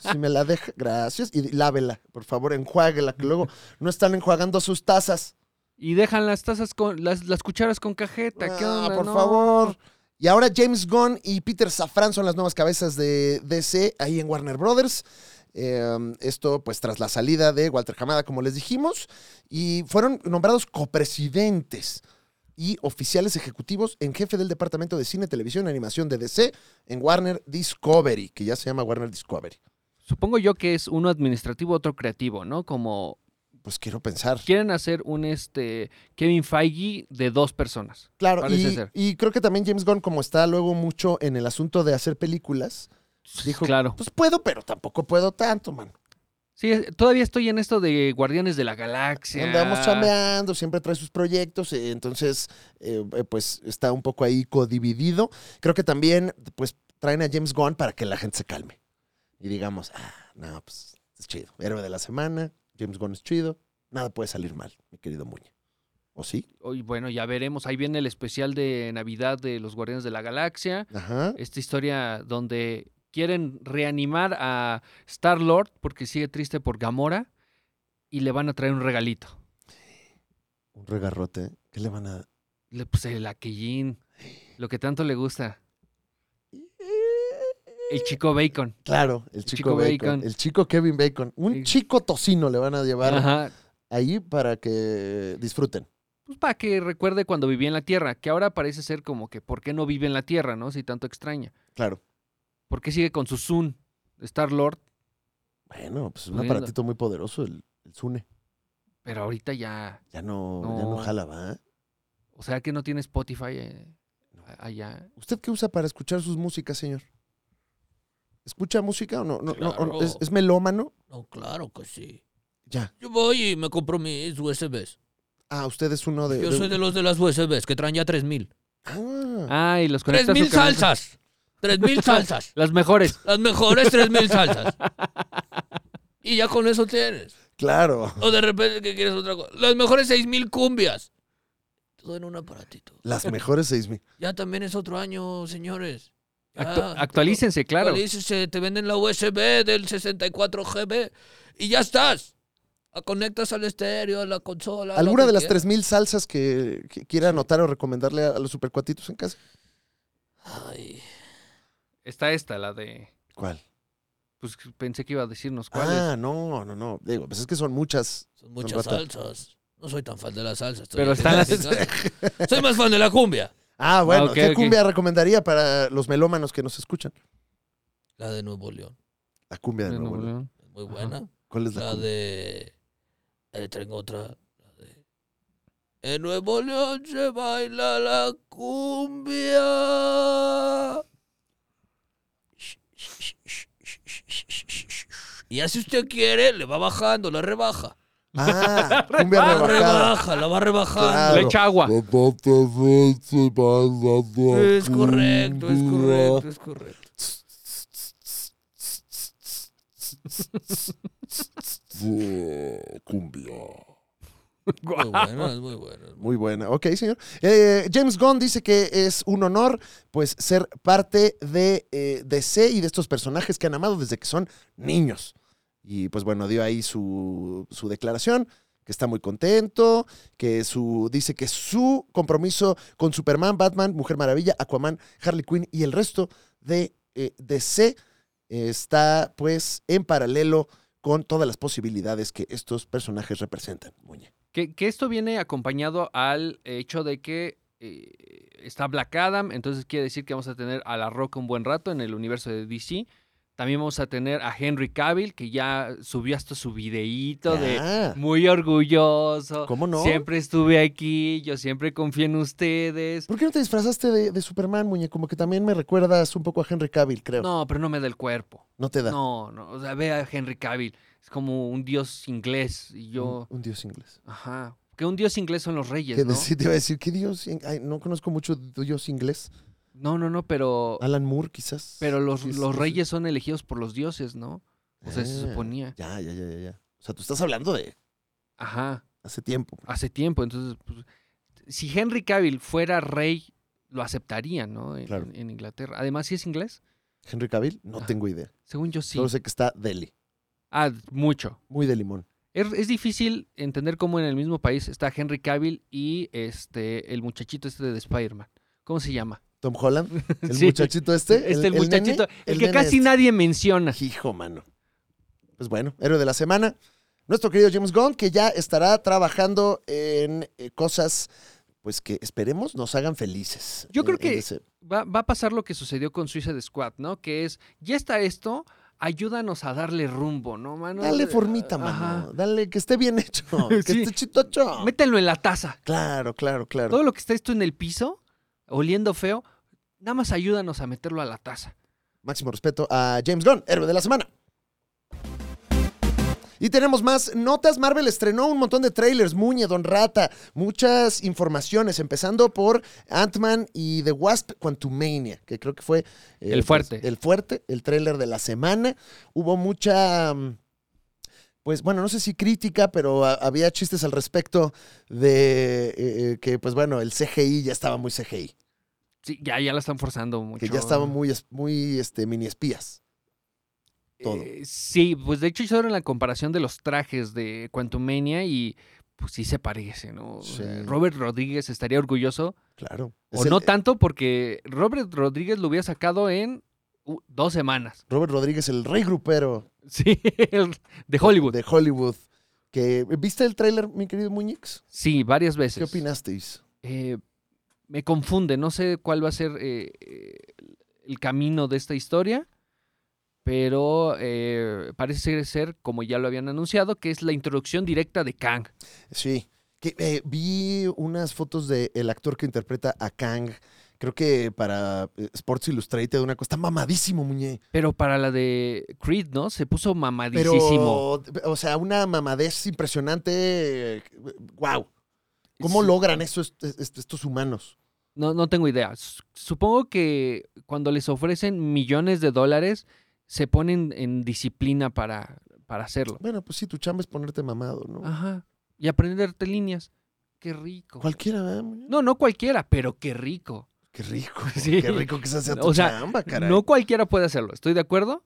[SPEAKER 3] si me la deja, gracias, y lávela, por favor, enjuáguela, que luego no están enjuagando sus tazas.
[SPEAKER 4] Y dejan las tazas con. las, las cucharas con cajeta. ¿Qué
[SPEAKER 3] Ah,
[SPEAKER 4] onda?
[SPEAKER 3] por
[SPEAKER 4] No.
[SPEAKER 3] favor. Y ahora James Gunn y Peter Safran son las nuevas cabezas de DC ahí en Warner Brothers. Eh, esto pues tras la salida de Walter Hamada, como les dijimos, y fueron nombrados copresidentes y oficiales ejecutivos en jefe del Departamento de Cine, Televisión y Animación de DC en Warner Discovery, que ya se llama Warner Discovery.
[SPEAKER 4] Supongo yo que es uno administrativo, otro creativo, ¿no? Como
[SPEAKER 3] Pues quiero pensar.
[SPEAKER 4] quieren hacer un este Kevin Feige de dos personas.
[SPEAKER 3] Claro,
[SPEAKER 4] Parece
[SPEAKER 3] y,
[SPEAKER 4] ser.
[SPEAKER 3] y creo que también James Gunn, como está luego mucho en el asunto de hacer películas, dijo,
[SPEAKER 4] Claro.
[SPEAKER 3] pues puedo, pero tampoco puedo tanto, man.
[SPEAKER 4] Sí, es- todavía estoy en esto de Guardianes de la Galaxia.
[SPEAKER 3] Andamos chambeando, siempre trae sus proyectos, eh, entonces, eh, eh, pues está un poco ahí codividido. Creo que también, pues, traen a James Gunn para que la gente se calme. Y digamos, ah, no, pues es chido. Héroe de la semana, James Gunn es chido, nada puede salir mal, mi querido Muñe. ¿O sí?
[SPEAKER 4] Hoy, bueno, ya veremos. Ahí viene el especial de Navidad de los Guardianes de la Galaxia.
[SPEAKER 3] Ajá.
[SPEAKER 4] Esta historia donde quieren reanimar a Star Lord porque sigue triste por Gamora y le van a traer un regalito.
[SPEAKER 3] Un regarrote. ¿eh? ¿Qué le van a...?
[SPEAKER 4] Le, pues el aquellín, lo que tanto le gusta. El chico bacon.
[SPEAKER 3] Claro, el chico,
[SPEAKER 4] chico
[SPEAKER 3] bacon,
[SPEAKER 4] Bacon.
[SPEAKER 3] El chico Kevin Bacon. Un
[SPEAKER 4] Sí.
[SPEAKER 3] chico tocino le van a llevar
[SPEAKER 4] Ajá.
[SPEAKER 3] ahí para que disfruten.
[SPEAKER 4] Pues para que recuerde cuando vivía en la Tierra, que ahora parece ser como que ¿por qué no vive en la Tierra, no? Si tanto extraña.
[SPEAKER 3] Claro.
[SPEAKER 4] ¿Por qué sigue con su Zoom, Star Lord?
[SPEAKER 3] Bueno, pues es un
[SPEAKER 4] Pudiendo.
[SPEAKER 3] aparatito muy poderoso, el, el Zune.
[SPEAKER 4] Pero ahorita ya.
[SPEAKER 3] Ya no, ya no
[SPEAKER 4] No.
[SPEAKER 3] jala, ¿va?
[SPEAKER 4] O sea que no tiene Spotify eh, a- allá.
[SPEAKER 3] ¿Usted qué usa para escuchar sus músicas, señor? ¿Escucha música o no? no, no, o no? ¿Es,
[SPEAKER 5] Claro.
[SPEAKER 3] es melómano?
[SPEAKER 5] No, claro que sí.
[SPEAKER 3] Ya.
[SPEAKER 5] Yo voy y me compro mis USBs.
[SPEAKER 3] Ah, usted es uno de.
[SPEAKER 5] Yo
[SPEAKER 4] Eh,
[SPEAKER 3] de-
[SPEAKER 5] soy de los de las USBs que traen ya 3000.
[SPEAKER 3] Ah,
[SPEAKER 4] Ah, y los conectas a su
[SPEAKER 5] 3000
[SPEAKER 4] canal.
[SPEAKER 5] salsas. 3000 salsas.
[SPEAKER 4] Las mejores.
[SPEAKER 5] Las mejores 3000 salsas. Y ya con eso tienes.
[SPEAKER 3] claro.
[SPEAKER 5] O de repente que quieres otra cosa. Las mejores 6000 cumbias. Todo en un aparatito.
[SPEAKER 3] Las mejores seis mil.
[SPEAKER 5] Ya también es otro año, señores.
[SPEAKER 4] Actu-
[SPEAKER 5] Ya,
[SPEAKER 4] actualícense, claro.
[SPEAKER 5] Actualícese, "Eh, te venden la USB del 64 GB y ya estás. La conectas al estéreo, a la consola. lo
[SPEAKER 3] ¿Alguna
[SPEAKER 5] que
[SPEAKER 3] de las
[SPEAKER 5] quieras.
[SPEAKER 3] tres mil salsas que, que quiera anotar o recomendarle a, a los supercuatitos en casa?
[SPEAKER 5] Ay,
[SPEAKER 4] Está esta, la de.
[SPEAKER 3] ¿Cuál?
[SPEAKER 4] Pues pensé que iba a decirnos cuál
[SPEAKER 3] Ah, no, no, no. Digo, pues es que son muchas.
[SPEAKER 5] son muchas
[SPEAKER 3] Son
[SPEAKER 5] salsas. No soy tan fan de las salsas. estoy
[SPEAKER 4] Pero están las-
[SPEAKER 5] identificando. Soy más fan de la cumbia.
[SPEAKER 3] Ah, bueno.
[SPEAKER 4] ok,
[SPEAKER 3] ¿Qué
[SPEAKER 4] ok.
[SPEAKER 3] cumbia recomendaría para los melómanos que nos escuchan?
[SPEAKER 5] La de Nuevo León.
[SPEAKER 3] La cumbia
[SPEAKER 4] es.
[SPEAKER 3] de
[SPEAKER 4] De
[SPEAKER 3] nuevo.
[SPEAKER 4] Nuevo
[SPEAKER 3] León.
[SPEAKER 4] León.
[SPEAKER 5] es Muy
[SPEAKER 4] Ajá.
[SPEAKER 5] buena.
[SPEAKER 3] ¿Cuál es la,
[SPEAKER 5] La
[SPEAKER 3] cumbia?
[SPEAKER 5] de. eh, tengo otra. La de. En Nuevo León se baila la cumbia. Y ya si usted quiere, le va bajando, la rebaja.
[SPEAKER 3] Ah, cumbia rebajada.
[SPEAKER 5] Rebaja, la va rebajando.
[SPEAKER 3] Claro.
[SPEAKER 4] Le echa agua.
[SPEAKER 5] Es correcto, es correcto, es correcto. Muy bueno, es muy bueno.
[SPEAKER 3] Muy buena. Ok, señor. Eh, James Gunn dice que es un honor, pues, ser parte de eh, DC y de estos personajes que han amado desde que son niños. Y pues bueno, dio ahí su, su declaración, que está muy contento, que su. dice que su compromiso con Superman, Batman, Mujer Maravilla, Aquaman, Harley Quinn y el resto de eh, DC eh, está pues en paralelo con todas las posibilidades que estos personajes representan, Muñe.
[SPEAKER 4] Que, que esto viene acompañado al hecho de que eh, está Black Adam, entonces quiere decir que vamos a tener a La Roca un buen rato en el universo de DC. También vamos a tener a Henry Cavill, que ya subió hasta su videíto de
[SPEAKER 3] Ah,
[SPEAKER 4] muy orgulloso.
[SPEAKER 3] ¿Cómo no?
[SPEAKER 4] Siempre estuve aquí, yo siempre confié en ustedes.
[SPEAKER 3] ¿Por qué no te disfrazaste de, de Superman, Muñe? Como que también me recuerdas un poco a Henry Cavill, creo. No,
[SPEAKER 4] No, pero no me da el cuerpo.
[SPEAKER 3] te da.
[SPEAKER 4] No, no. O sea, ve a Henry Cavill. Es como un dios inglés. Y yo.
[SPEAKER 3] Un, un dios inglés.
[SPEAKER 4] Ajá. Que un dios inglés son los reyes,
[SPEAKER 3] ¿Qué
[SPEAKER 4] ¿no?
[SPEAKER 3] decir? Te iba a decir, ¿qué dios? in- Ay, no conozco mucho de dios inglés.
[SPEAKER 4] No, no, no, pero.
[SPEAKER 3] Alan Moore, quizás.
[SPEAKER 4] Pero los,
[SPEAKER 3] Ah, Sí, sí,
[SPEAKER 4] los
[SPEAKER 3] sí.
[SPEAKER 4] reyes son elegidos por los dioses, ¿no? O sea, se
[SPEAKER 3] Ah,
[SPEAKER 4] suponía.
[SPEAKER 3] Ya, ya, ya, ya, ya. O sea, tú estás hablando de
[SPEAKER 4] Ajá.
[SPEAKER 3] hace tiempo.
[SPEAKER 4] Hace tiempo. Entonces, pues, si Henry Cavill fuera rey, lo aceptaría, ¿no? En,
[SPEAKER 3] Claro.
[SPEAKER 4] en- en Inglaterra. Además, si es inglés,
[SPEAKER 3] Henry Cavill, no
[SPEAKER 4] Ajá.
[SPEAKER 3] tengo idea.
[SPEAKER 4] según yo Ah, sí.
[SPEAKER 3] Solo sé que está Deli.
[SPEAKER 4] Ah, mucho.
[SPEAKER 3] Muy de limón.
[SPEAKER 4] Es, es difícil entender cómo en el mismo país está Henry Cavill y este el muchachito este de Spider-Man. ¿Cómo se llama?
[SPEAKER 3] Tom Holland, el
[SPEAKER 4] Sí.
[SPEAKER 3] muchachito este.
[SPEAKER 4] Este, el, muchachito.
[SPEAKER 3] nene,
[SPEAKER 4] el, que
[SPEAKER 3] nene
[SPEAKER 4] casi
[SPEAKER 3] este.
[SPEAKER 4] nadie menciona.
[SPEAKER 3] Hijo, mano. Pues bueno, héroe de la semana. Nuestro querido James Gunn, que ya estará trabajando en eh, cosas, pues que esperemos nos hagan felices. Eh,
[SPEAKER 4] Yo
[SPEAKER 3] En-
[SPEAKER 4] creo
[SPEAKER 3] en
[SPEAKER 4] que-
[SPEAKER 3] ese-
[SPEAKER 4] va, va a pasar lo que sucedió con Suicide Squad, ¿no? Que es, ya está esto, ayúdanos a darle rumbo, ¿no, mano? Eh,
[SPEAKER 3] Dale formita,
[SPEAKER 4] Ajá.
[SPEAKER 3] mano. Dale, que esté bien hecho. Que
[SPEAKER 4] Sí.
[SPEAKER 3] esté chitocho.
[SPEAKER 4] Mételo en la taza.
[SPEAKER 3] Claro, claro, claro.
[SPEAKER 4] Todo lo que está esto en el piso, oliendo feo, nada más ayúdanos a meterlo a la taza.
[SPEAKER 3] Máximo respeto a James Gunn, héroe de la semana. Y tenemos más notas. Marvel estrenó un montón de trailers. Muñe, Don Rata, muchas informaciones, empezando por Ant-Man y The Wasp Quantumania, que creo que fue... eh,
[SPEAKER 4] El fuerte.
[SPEAKER 3] el fuerte, el trailer de la semana. Hubo mucha... mm, Pues bueno, no sé si crítica, pero a- había chistes al respecto de eh, eh, que, pues bueno, el CGI ya estaba muy CGI,
[SPEAKER 4] Sí, ya, ya la están forzando mucho.
[SPEAKER 3] que ya estaba muy, es- muy este, mini espías. todo.
[SPEAKER 4] Eh, sí, pues de hecho hicieron la comparación de los trajes de Quantumania y pues sí se parece, ¿no? O sea,
[SPEAKER 3] Sí.
[SPEAKER 4] Robert Rodríguez estaría orgulloso
[SPEAKER 3] Claro.
[SPEAKER 4] O
[SPEAKER 3] Es el- eh,
[SPEAKER 4] no tanto, porque Robert Rodríguez lo hubiera sacado en uh, dos semanas.
[SPEAKER 3] Robert Rodríguez, el rey grupero
[SPEAKER 4] Sí, el- de Hollywood.
[SPEAKER 3] de Hollywood. Que, ¿Viste el tráiler, mi querido Muñiz?
[SPEAKER 4] Sí, varias veces.
[SPEAKER 3] ¿Qué opinasteis?
[SPEAKER 4] Eh, me confunde, no sé cuál va a ser eh, eh, el camino de esta historia, pero eh, parece ser, como ya lo habían anunciado, que es la introducción directa de Kang.
[SPEAKER 3] Sí. Que, eh, vi unas fotos del actor que interpreta a Kang. Creo que para eh, Sports Illustrated, una cosa. Está mamadísimo, Muñe.
[SPEAKER 4] Pero para la de Creed, ¿no? Se puso
[SPEAKER 3] Pero,
[SPEAKER 4] mamadísimo.
[SPEAKER 3] o sea, una mamadez impresionante. ¡Wow! ¿Cómo logran eso est- est- estos humanos?
[SPEAKER 4] No, no tengo idea. S- Supongo que cuando les ofrecen millones de dólares, se ponen en disciplina para, para hacerlo.
[SPEAKER 3] Bueno, pues sí, tu chamba es ponerte mamado, ¿no?
[SPEAKER 4] Ajá. Y aprenderte líneas. Qué rico.
[SPEAKER 3] Cualquiera, ¿verdad, Muñe?
[SPEAKER 4] No, no cualquiera, pero qué rico.
[SPEAKER 3] Qué rico.
[SPEAKER 4] Sí.
[SPEAKER 3] Qué rico que esa sea tu
[SPEAKER 4] O sea,
[SPEAKER 3] chamba, caray.
[SPEAKER 4] No cualquiera puede hacerlo, estoy de acuerdo.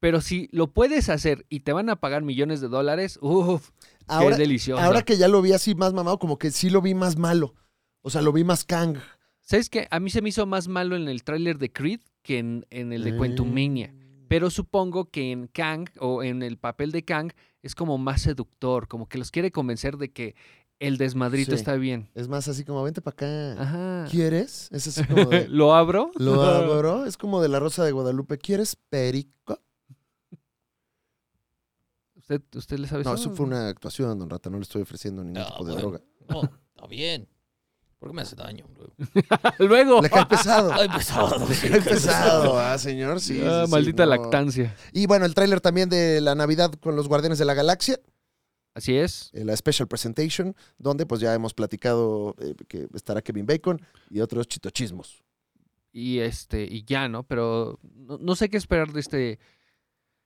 [SPEAKER 4] Pero si lo puedes hacer y te van a pagar millones de dólares, uff, qué
[SPEAKER 3] ahora,
[SPEAKER 4] delicioso.
[SPEAKER 3] ahora que ya lo vi así más mamado, como que sí lo vi más malo. O sea, lo vi más Kang.
[SPEAKER 4] ¿Sabes qué? A mí se me hizo más malo en el tráiler de Creed que en, en el de
[SPEAKER 3] Mm.
[SPEAKER 4] Quantumania. Pero supongo que en Kang o en el papel de Kang es como más seductor, como que los quiere convencer de que el desmadrito
[SPEAKER 3] Sí.
[SPEAKER 4] está bien.
[SPEAKER 3] Es más así como, vente para acá.
[SPEAKER 4] Ajá.
[SPEAKER 3] ¿Quieres? Es así como de,
[SPEAKER 4] ¿Lo abro?
[SPEAKER 3] lo adoro. Es como de la Rosa de Guadalupe. ¿Quieres perico?
[SPEAKER 4] ¿Usted, usted le sabe
[SPEAKER 3] No,
[SPEAKER 4] eso?
[SPEAKER 3] eso fue una actuación, don Rata. No le estoy ofreciendo ningún
[SPEAKER 5] No,
[SPEAKER 3] tipo de
[SPEAKER 5] bueno.
[SPEAKER 3] droga.
[SPEAKER 5] No, está bien. ¿Por qué me hace daño? bro?
[SPEAKER 4] Luego.
[SPEAKER 3] Le cae pesado.
[SPEAKER 5] Ay, pesado.
[SPEAKER 3] Le cae pesado, ah, señor. Sí,
[SPEAKER 4] Ah,
[SPEAKER 3] sí, sí,
[SPEAKER 4] maldita
[SPEAKER 3] no.
[SPEAKER 4] lactancia.
[SPEAKER 3] Y bueno, el tráiler también de la Navidad con los Guardianes de la Galaxia.
[SPEAKER 4] Así es.
[SPEAKER 3] eh, la special presentation, donde pues ya hemos platicado eh, que estará Kevin Bacon y otros chitochismos.
[SPEAKER 4] Y este, y ya, ¿no? Pero no, no sé qué esperar de este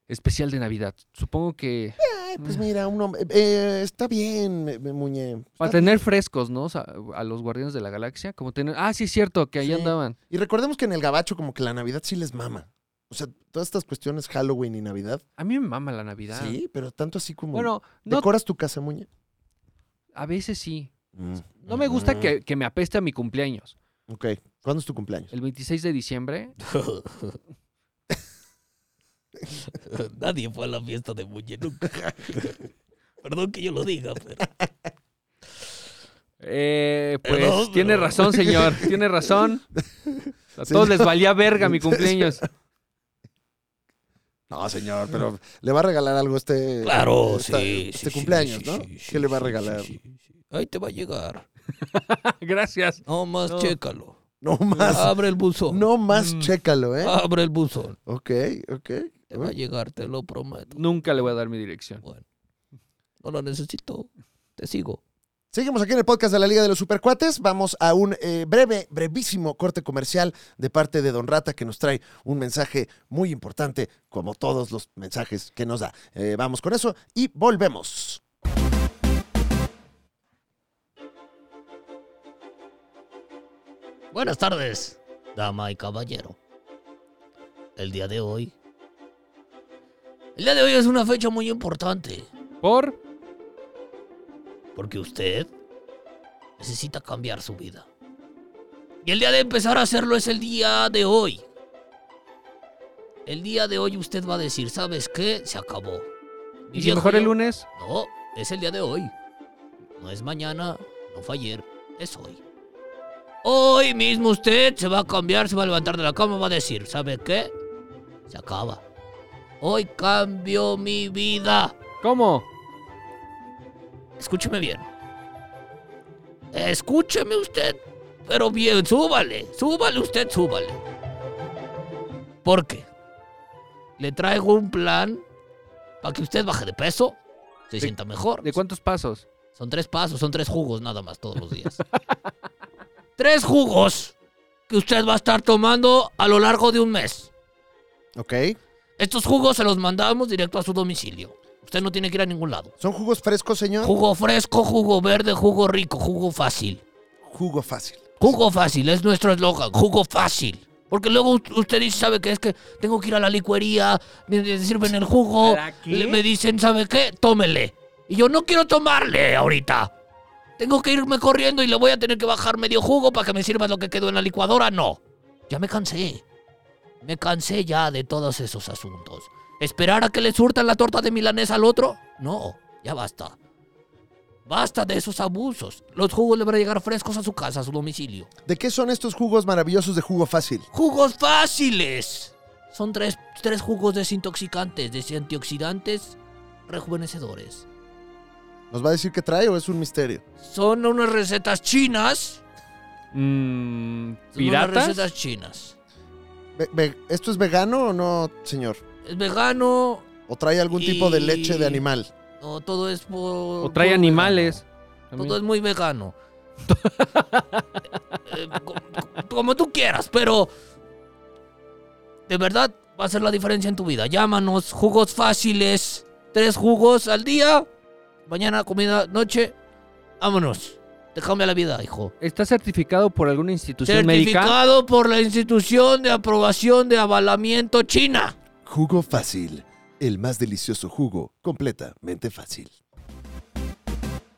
[SPEAKER 4] especial de Navidad. Supongo que
[SPEAKER 3] Ay, pues mira, uno, eh, eh, está bien, eh, Muñe.
[SPEAKER 4] para tener frescos, ¿no? O sea, a los Guardianes de la Galaxia, como tener. Ah, sí, es cierto, que ahí
[SPEAKER 3] Sí.
[SPEAKER 4] andaban.
[SPEAKER 3] Y recordemos que en el gabacho como que la Navidad sí les mama. O sea, todas estas cuestiones Halloween y Navidad.
[SPEAKER 4] A mí me mama la Navidad.
[SPEAKER 3] Sí, pero tanto así como...
[SPEAKER 4] Bueno, no,
[SPEAKER 3] ¿Decoras tu casa, Muñe?
[SPEAKER 4] a veces sí.
[SPEAKER 5] Mm.
[SPEAKER 4] No me gusta que, que me apeste a mi cumpleaños.
[SPEAKER 3] Ok, ¿cuándo es tu cumpleaños?
[SPEAKER 4] El 26 de diciembre.
[SPEAKER 5] Nadie fue a la fiesta de Muñe nunca. Perdón que yo lo diga, pero...
[SPEAKER 4] Eh, pues
[SPEAKER 5] Perdón, pero-
[SPEAKER 4] tiene razón, señor. Tiene razón. A todos les valía verga mi cumpleaños.
[SPEAKER 3] No, señor, pero le va a regalar algo este...
[SPEAKER 5] Claro,
[SPEAKER 3] esta-
[SPEAKER 5] sí.
[SPEAKER 3] Este
[SPEAKER 5] sí, sí,
[SPEAKER 3] cumpleaños,
[SPEAKER 5] sí,
[SPEAKER 3] ¿no?
[SPEAKER 5] sí, sí,
[SPEAKER 3] ¿Qué le va a
[SPEAKER 5] sí,
[SPEAKER 3] regalar?
[SPEAKER 5] sí, sí, sí. Ahí te va a llegar.
[SPEAKER 4] Gracias.
[SPEAKER 5] No más,
[SPEAKER 4] No.
[SPEAKER 5] chécalo.
[SPEAKER 3] No más,
[SPEAKER 5] Abre el buzón.
[SPEAKER 3] no más
[SPEAKER 4] Ah, Mm.
[SPEAKER 3] chécalo, ¿eh?
[SPEAKER 5] Abre el buzón.
[SPEAKER 3] Ok, ok.
[SPEAKER 5] Te va a llegar, te lo prometo.
[SPEAKER 4] Nunca le voy a dar mi dirección.
[SPEAKER 5] Bueno, no lo necesito. Te sigo.
[SPEAKER 3] Seguimos aquí en el podcast de la Liga de los Supercuates. Vamos a un eh, breve, brevísimo corte comercial de parte de Don Rata que nos trae un mensaje muy importante, como todos los mensajes que nos da. Eh, vamos con eso y volvemos.
[SPEAKER 5] Buenas tardes, dama y caballero. El día de hoy. El día de hoy es una fecha muy importante.
[SPEAKER 4] Por.
[SPEAKER 5] Porque usted necesita cambiar su vida. Y el día de empezar a hacerlo es el día de hoy. El día de hoy usted va a decir, ¿sabes qué? Se acabó. Mi
[SPEAKER 4] Y si
[SPEAKER 5] viejo
[SPEAKER 4] mejor el
[SPEAKER 5] yo-
[SPEAKER 4] lunes.
[SPEAKER 5] No, es el día de hoy. No es mañana, no fue ayer, es hoy. Hoy mismo usted se va a cambiar, se va a levantar de la cama, va a decir, ¿sabe qué? Se acaba. Hoy cambio mi vida.
[SPEAKER 4] ¿Cómo?
[SPEAKER 5] Escúcheme bien. Escúcheme usted, pero bien, súbale, súbale usted, súbale. ¿Por qué? Le traigo un plan para que usted baje de peso, se sienta mejor.
[SPEAKER 4] ¿De cuántos pasos?
[SPEAKER 5] Son tres pasos, son tres jugos nada más todos los días. tres jugos que usted va a estar tomando a lo largo de un mes.
[SPEAKER 3] Ok.
[SPEAKER 5] Estos jugos se los mandamos directo a su domicilio. Usted no tiene que ir a ningún lado.
[SPEAKER 3] ¿Son jugos frescos, señor?
[SPEAKER 5] Jugo fresco, jugo verde, jugo rico, jugo fácil.
[SPEAKER 3] Jugo fácil.
[SPEAKER 5] Jugo fácil, es nuestro eslogan, jugo fácil. Porque luego u- usted dice, ¿sabe qué? Es que tengo que ir a la licuería, me me sirven el jugo,
[SPEAKER 4] ¿Para qué?
[SPEAKER 5] le- me dicen, ¿sabe qué? Tómele. Y yo no quiero tomarle ahorita. Tengo que irme corriendo y le voy a tener que bajar medio jugo para que me sirva lo que quedó en la licuadora. No, ya me cansé. Me cansé ya de todos esos asuntos. ¿Esperar a que le surtan la torta de milanesa al otro? No, ya basta. Basta de esos abusos. Los jugos le van a llegar frescos a su casa, a su domicilio.
[SPEAKER 3] ¿De qué son estos jugos maravillosos de jugo fácil?
[SPEAKER 5] ¡Jugos fáciles! Son tres, tres jugos desintoxicantes, desantioxidantes, rejuvenecedores.
[SPEAKER 3] ¿Nos va a decir qué trae o es un misterio?
[SPEAKER 5] Son unas recetas chinas.
[SPEAKER 4] Mm,
[SPEAKER 5] Son Unas
[SPEAKER 4] ¿Piratas?
[SPEAKER 5] recetas chinas.
[SPEAKER 3] Ve- ve- ¿Esto es vegano o no, señor?
[SPEAKER 5] Es vegano,
[SPEAKER 3] ¿O trae algún tipo de
[SPEAKER 5] Y-
[SPEAKER 3] leche de animal?
[SPEAKER 5] o todo es por...
[SPEAKER 4] ¿O trae
[SPEAKER 5] por
[SPEAKER 4] animales?
[SPEAKER 5] vegano. Todo es muy vegano. Eh, co- co- como tú quieras, pero... De verdad, va a ser la diferencia en tu vida. Llámanos, jugos fáciles. Tres jugos al día. Mañana, comida, noche. Vámonos. Te cambia la vida, hijo.
[SPEAKER 4] ¿Está certificado por alguna institución médica?
[SPEAKER 5] Certificado por la institución de aprobación de avalamiento china.
[SPEAKER 6] Jugo fácil. El más delicioso jugo, completamente fácil.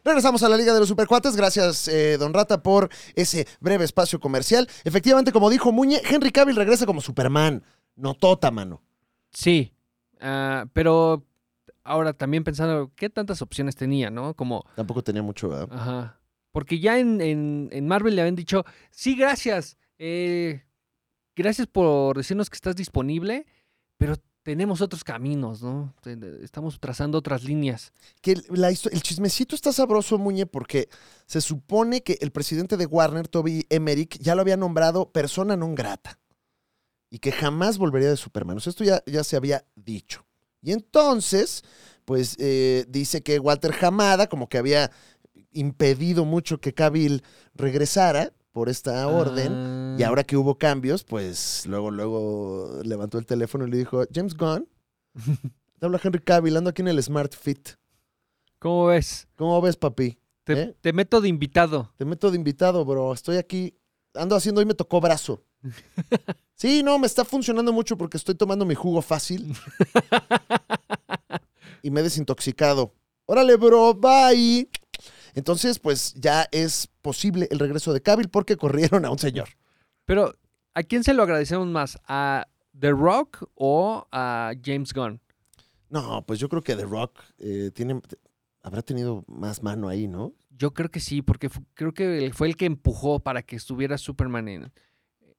[SPEAKER 3] Regresamos a la Liga de los Supercuates. Gracias, eh, Don Rata, por ese breve espacio comercial. Efectivamente, como dijo Muñe, Henry Cavill regresa como Superman. Notota, mano.
[SPEAKER 4] Sí. Ah, pero ahora también pensando, ¿qué tantas opciones tenía, no? Como,
[SPEAKER 3] Tampoco tenía mucho. ¿verdad?
[SPEAKER 4] ajá. Porque ya en, en- en Marvel le habían dicho, sí, gracias. eh, gracias por decirnos que estás disponible, pero tenemos otros caminos, ¿no? Te- te- Estamos trazando otras líneas.
[SPEAKER 3] Que la histo- el chismecito está sabroso, Muñe, porque se supone que el presidente de Warner, Toby Emmerich, ya lo había nombrado persona non grata. Y que jamás volvería de Superman. O sea, esto ya, ya se había dicho. Y entonces pues eh, dice que Walter Hamada como que había impedido mucho que Cavill regresara por esta orden.
[SPEAKER 4] Ah,
[SPEAKER 3] Y ahora que hubo cambios, pues luego, luego levantó el teléfono y le dijo, James Gunn, te habla Henry Cavill, ando aquí en el Smart Fit.
[SPEAKER 4] ¿Cómo ves?
[SPEAKER 3] ¿Cómo ves, papi?
[SPEAKER 4] Te,
[SPEAKER 3] ¿Eh?
[SPEAKER 4] te meto de invitado.
[SPEAKER 3] Te meto de invitado, bro. Estoy aquí. Ando haciendo, hoy me tocó brazo. Sí, no, me está funcionando mucho porque estoy tomando mi jugo fácil. Y me he desintoxicado. Órale, bro, bye. Entonces, pues ya es posible el regreso de Cavill porque corrieron a un señor.
[SPEAKER 4] Pero, ¿a quién se lo agradecemos más? ¿A The Rock o a James Gunn?
[SPEAKER 3] No, pues yo creo que The Rock eh, tiene, habrá tenido más mano ahí, ¿no?
[SPEAKER 4] Yo creo que sí, porque fu- creo que él fue el que empujó para que estuviera Superman en,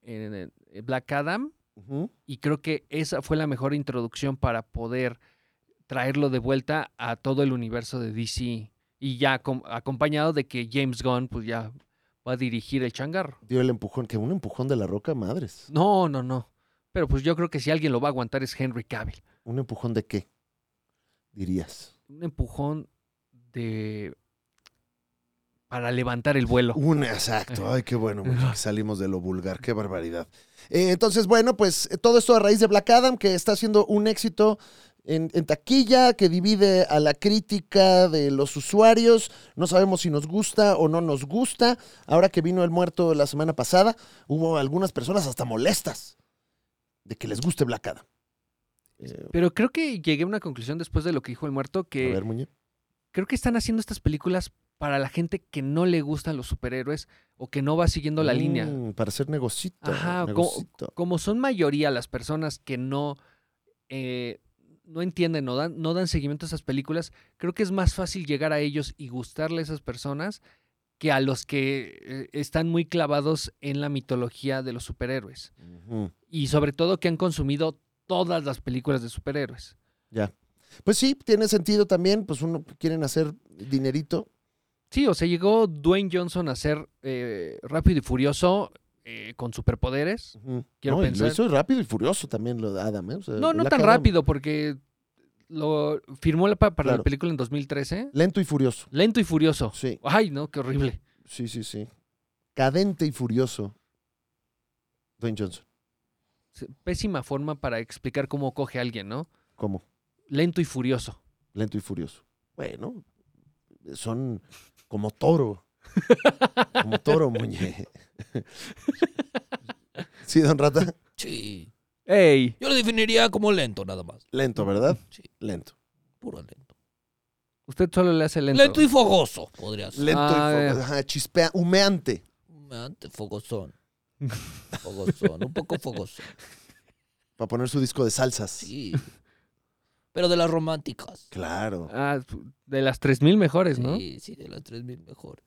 [SPEAKER 4] en- en Black Adam.
[SPEAKER 3] Ujú.
[SPEAKER 4] Y creo que esa fue la mejor introducción para poder traerlo de vuelta a todo el universo de DC. Y ya acom- acompañado de que James Gunn pues ya va a dirigir el changarro.
[SPEAKER 3] Dio el empujón, que un empujón de la roca, madres.
[SPEAKER 4] No, no, no. Pero pues yo creo que si alguien lo va a aguantar es Henry Cavill.
[SPEAKER 3] ¿Un empujón de qué? Dirías.
[SPEAKER 4] Un empujón de... para levantar el vuelo.
[SPEAKER 3] Un exacto. Ay, qué bueno, mucho que salimos de lo vulgar. Qué barbaridad. Eh, entonces, bueno, pues eh, todo esto a raíz de Black Adam, que está siendo un éxito en, en taquilla, que divide a la crítica de los usuarios. No sabemos si nos gusta o no nos gusta. Ahora que vino el muerto la semana pasada, hubo algunas personas hasta molestas de que les guste Black Adam. Eh,
[SPEAKER 4] Pero creo que llegué a una conclusión después de lo que dijo el muerto
[SPEAKER 3] a
[SPEAKER 4] que...
[SPEAKER 3] ver, Muñe.
[SPEAKER 4] creo que están haciendo estas películas para la gente que no le gustan los superhéroes o que no va siguiendo la línea.
[SPEAKER 3] Mm, Para ser negocito.
[SPEAKER 4] Ajá, co-
[SPEAKER 3] negocito.
[SPEAKER 4] Como son mayoría las personas que no, eh, no entienden, no dan, no dan seguimiento a esas películas, creo que es más fácil llegar a ellos y gustarle a esas personas que a los que eh, están muy clavados en la mitología de los superhéroes.
[SPEAKER 3] Ujú.
[SPEAKER 4] Y sobre todo que han consumido todas las películas de superhéroes.
[SPEAKER 3] Pues sí, tiene sentido también, pues uno quieren hacer dinerito.
[SPEAKER 4] Sí, o sea, llegó Dwayne Johnson a ser eh, rápido y furioso eh, con superpoderes. Quiero
[SPEAKER 3] No, y
[SPEAKER 4] pensar.
[SPEAKER 3] Lo hizo rápido y furioso también lo de Adam, ¿eh? O sea,
[SPEAKER 4] No, no
[SPEAKER 3] Black
[SPEAKER 4] tan
[SPEAKER 3] Adam,
[SPEAKER 4] rápido, porque lo firmó la pa- para
[SPEAKER 3] Claro.
[SPEAKER 4] la película en 2013.
[SPEAKER 3] Lento y furioso.
[SPEAKER 4] Lento y furioso.
[SPEAKER 3] Sí,
[SPEAKER 4] Ay, no, qué horrible.
[SPEAKER 3] sí, sí, sí. Cadente y furioso. Dwayne Johnson.
[SPEAKER 4] Sí, Pésima forma para explicar cómo coge a alguien, ¿no?
[SPEAKER 3] ¿Cómo?
[SPEAKER 4] Lento y furioso.
[SPEAKER 3] Lento y furioso. Bueno, son como toro. Como toro, muñe. Sí, don Rata.
[SPEAKER 5] Sí.
[SPEAKER 4] ¡Ey!
[SPEAKER 5] Yo lo definiría como lento, nada más.
[SPEAKER 3] Lento, ¿verdad?
[SPEAKER 5] Sí,
[SPEAKER 3] Lento.
[SPEAKER 5] puro lento.
[SPEAKER 4] Usted solo le hace lento.
[SPEAKER 5] Lento, y fogoso, podría ser.
[SPEAKER 3] Lento
[SPEAKER 4] Ah,
[SPEAKER 3] y furioso. Ajá, chispea, humeante.
[SPEAKER 5] Antes, fogosón. Fogosón, un poco fogoso.
[SPEAKER 3] Para poner su disco de salsas.
[SPEAKER 5] Sí. Pero de las románticas.
[SPEAKER 3] Claro.
[SPEAKER 4] Ah, de las 3.000 mejores, pues, ¿no?
[SPEAKER 5] Sí, sí, de las 3000 mejores.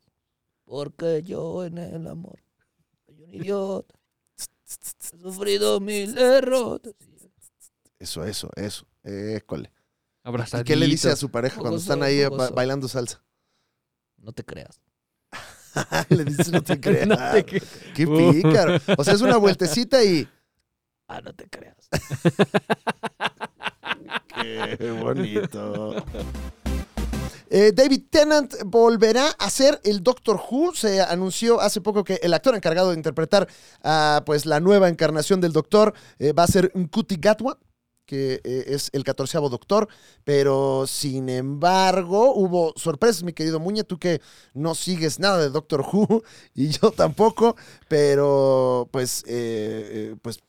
[SPEAKER 5] Porque yo en el amor soy un idiota. He sufrido mil errores.
[SPEAKER 3] Eso, eso, eso. École. ¿Y
[SPEAKER 4] Abrazadito.
[SPEAKER 3] qué le dice a su pareja cuando
[SPEAKER 5] Fogoso,
[SPEAKER 3] están ahí eh, ba-
[SPEAKER 5] fogoso.
[SPEAKER 3] bailando salsa?
[SPEAKER 5] No te creas.
[SPEAKER 3] le dice, no te creas.
[SPEAKER 4] No te cre-
[SPEAKER 3] Qué
[SPEAKER 4] Uh.
[SPEAKER 3] pícaro. O sea, es una vueltecita y.
[SPEAKER 5] Ah, no te creas.
[SPEAKER 3] Qué bonito. Eh, David Tennant volverá a ser el Doctor Who. Se anunció hace poco que el actor encargado de interpretar a pues, la nueva encarnación del Doctor eh, va a ser Nkuti Gatwa, que eh, es el catorceavo Doctor. Pero sin embargo, hubo sorpresas, mi querido Muñe. Tú que no sigues nada de Doctor Who y yo tampoco. Pero pues, eh, eh, pues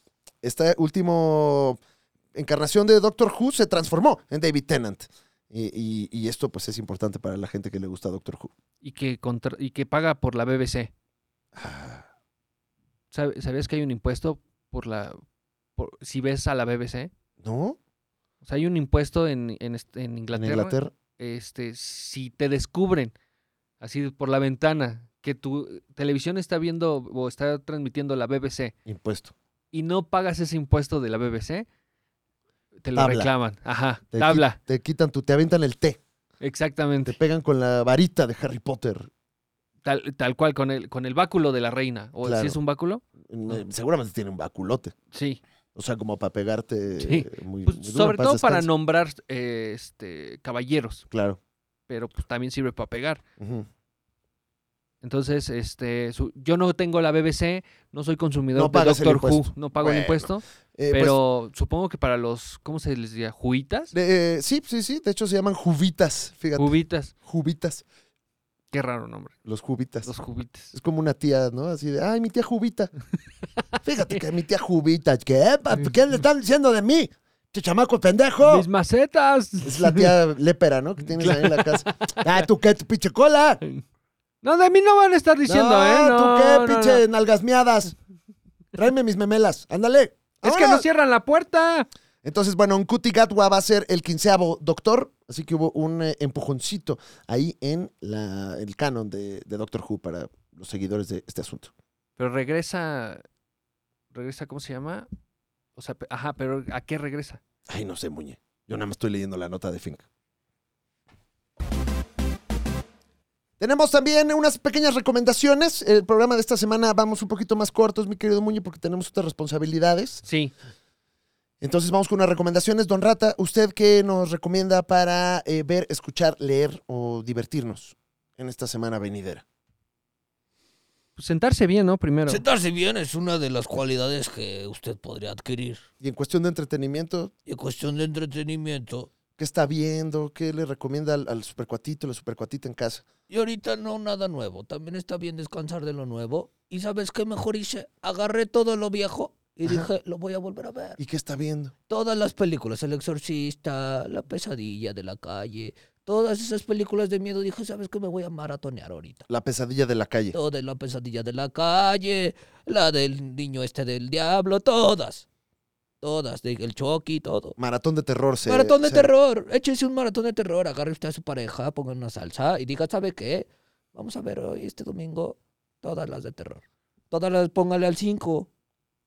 [SPEAKER 3] este último encarnación de Doctor Who se transformó en David Tennant. Y, y- y esto pues es importante para la gente que le gusta Doctor Who.
[SPEAKER 4] y que, contra- y que paga por la BBC.
[SPEAKER 3] Ah.
[SPEAKER 4] ¿Sab- ¿Sabías que hay un impuesto por la por- si ves a la BBC?
[SPEAKER 3] ¿No?
[SPEAKER 4] O sea, hay un impuesto en, en, este- en
[SPEAKER 3] En
[SPEAKER 4] Inglaterra.
[SPEAKER 3] Inglaterra.
[SPEAKER 4] Este, si te descubren así de por la ventana que tu televisión está viendo o está transmitiendo la BBC
[SPEAKER 3] Impuesto.
[SPEAKER 4] y no pagas ese impuesto de la BBC, te lo
[SPEAKER 3] Tabla.
[SPEAKER 4] reclaman. Ajá,
[SPEAKER 3] Te qui-
[SPEAKER 4] tabla,
[SPEAKER 3] Te quitan tu, te aventan el té. Te
[SPEAKER 4] exactamente.
[SPEAKER 3] pegan con la varita de Harry Potter.
[SPEAKER 4] Tal, tal cual con el con el báculo de la reina o si
[SPEAKER 3] Claro.
[SPEAKER 4] es un báculo?
[SPEAKER 3] Eh, Seguramente tiene un baculote.
[SPEAKER 4] Sí.
[SPEAKER 3] O sea, como para pegarte
[SPEAKER 4] Sí.
[SPEAKER 3] eh, muy,
[SPEAKER 4] Pues,
[SPEAKER 3] muy duro,
[SPEAKER 4] sobre
[SPEAKER 3] paz
[SPEAKER 4] todo para
[SPEAKER 3] descanse.
[SPEAKER 4] nombrar eh, este, caballeros,
[SPEAKER 3] Claro.
[SPEAKER 4] pero pues, también sirve para pegar.
[SPEAKER 3] Ujú.
[SPEAKER 4] Entonces, este, su- yo no tengo la BBC, no soy consumidor
[SPEAKER 3] No
[SPEAKER 4] de
[SPEAKER 3] pagas el
[SPEAKER 4] Doctor Who,
[SPEAKER 3] impuesto.
[SPEAKER 4] no pago
[SPEAKER 3] Bueno,
[SPEAKER 4] el impuesto,
[SPEAKER 3] Eh, pues,
[SPEAKER 4] pero supongo que para los, ¿cómo se les diría? ¿Juitas?
[SPEAKER 3] de- eh, sí, sí, sí. De hecho, se llaman jubitas. Fíjate.
[SPEAKER 4] Jubitas.
[SPEAKER 3] jubitas.
[SPEAKER 4] Qué raro nombre,
[SPEAKER 3] Los jubitas.
[SPEAKER 4] los jubitas.
[SPEAKER 3] Es como una tía, ¿no? Así de, ay, mi tía Jubita. Fíjate que mi tía Jubita, ¿qué? Pa- ¿Qué le están diciendo de mí? ¡Che chamaco pendejo!
[SPEAKER 4] ¡Mis macetas!
[SPEAKER 3] Es la tía lépera, ¿no? Que tienes ahí en la casa. ¡Ah, tú qué, tu pinche cola!
[SPEAKER 4] No, de mí no van a estar diciendo,
[SPEAKER 3] no,
[SPEAKER 4] ¿eh? No,
[SPEAKER 3] tú qué,
[SPEAKER 4] no, no.
[SPEAKER 3] pinche nalgas miadas. Tráeme mis memelas, ándale.
[SPEAKER 4] Es que no
[SPEAKER 3] ¡Vámonos!
[SPEAKER 4] cierran la puerta.
[SPEAKER 3] Entonces, bueno, Uncuti Gatwa va a ser el quinceavo doctor, así que hubo un eh, empujoncito ahí en la, el canon de, de Doctor Who para los seguidores de este asunto.
[SPEAKER 4] Pero regresa, regresa, ¿cómo se llama? O sea, pe- ajá, pero ¿a qué regresa?
[SPEAKER 3] Ay, no sé, Muñe. Yo nada más estoy leyendo la nota de Fink. Tenemos también unas pequeñas recomendaciones. El programa de esta semana vamos un poquito más cortos, mi querido Muñe, porque tenemos otras responsabilidades.
[SPEAKER 4] Sí,
[SPEAKER 3] Entonces vamos con unas recomendaciones. Don Rata, ¿usted qué nos recomienda para eh, ver, escuchar, leer o divertirnos en esta semana venidera?
[SPEAKER 4] pues sentarse bien, ¿no? Primero.
[SPEAKER 5] Sentarse bien es una de las cualidades que usted podría adquirir.
[SPEAKER 3] Y en cuestión de entretenimiento,
[SPEAKER 5] Y en cuestión de entretenimiento,
[SPEAKER 3] ¿qué está viendo? ¿Qué le recomienda al, al supercuatito, la supercuatita en casa?
[SPEAKER 5] y ahorita no nada nuevo, también está bien descansar de lo nuevo. ¿Y sabes qué mejor hice? Agarré todo lo viejo y dije, lo voy a volver a ver.
[SPEAKER 3] ¿Y qué está viendo?
[SPEAKER 5] todas las películas, El Exorcista, La Pesadilla de la Calle, todas esas películas de miedo, dije, ¿sabes qué? Me voy a maratonear ahorita.
[SPEAKER 3] La pesadilla de la calle.
[SPEAKER 5] Toda de La Pesadilla de la Calle, la del niño este del diablo, todas. Todas, de El Chucky, todo.
[SPEAKER 3] Maratón de terror. Se,
[SPEAKER 5] maratón de
[SPEAKER 3] se-
[SPEAKER 5] terror, échese un maratón de terror, agarre usted a su pareja, ponga una salsa y diga, ¿sabe qué? Vamos a ver hoy, este domingo, todas las de terror. Todas las, póngale al 5.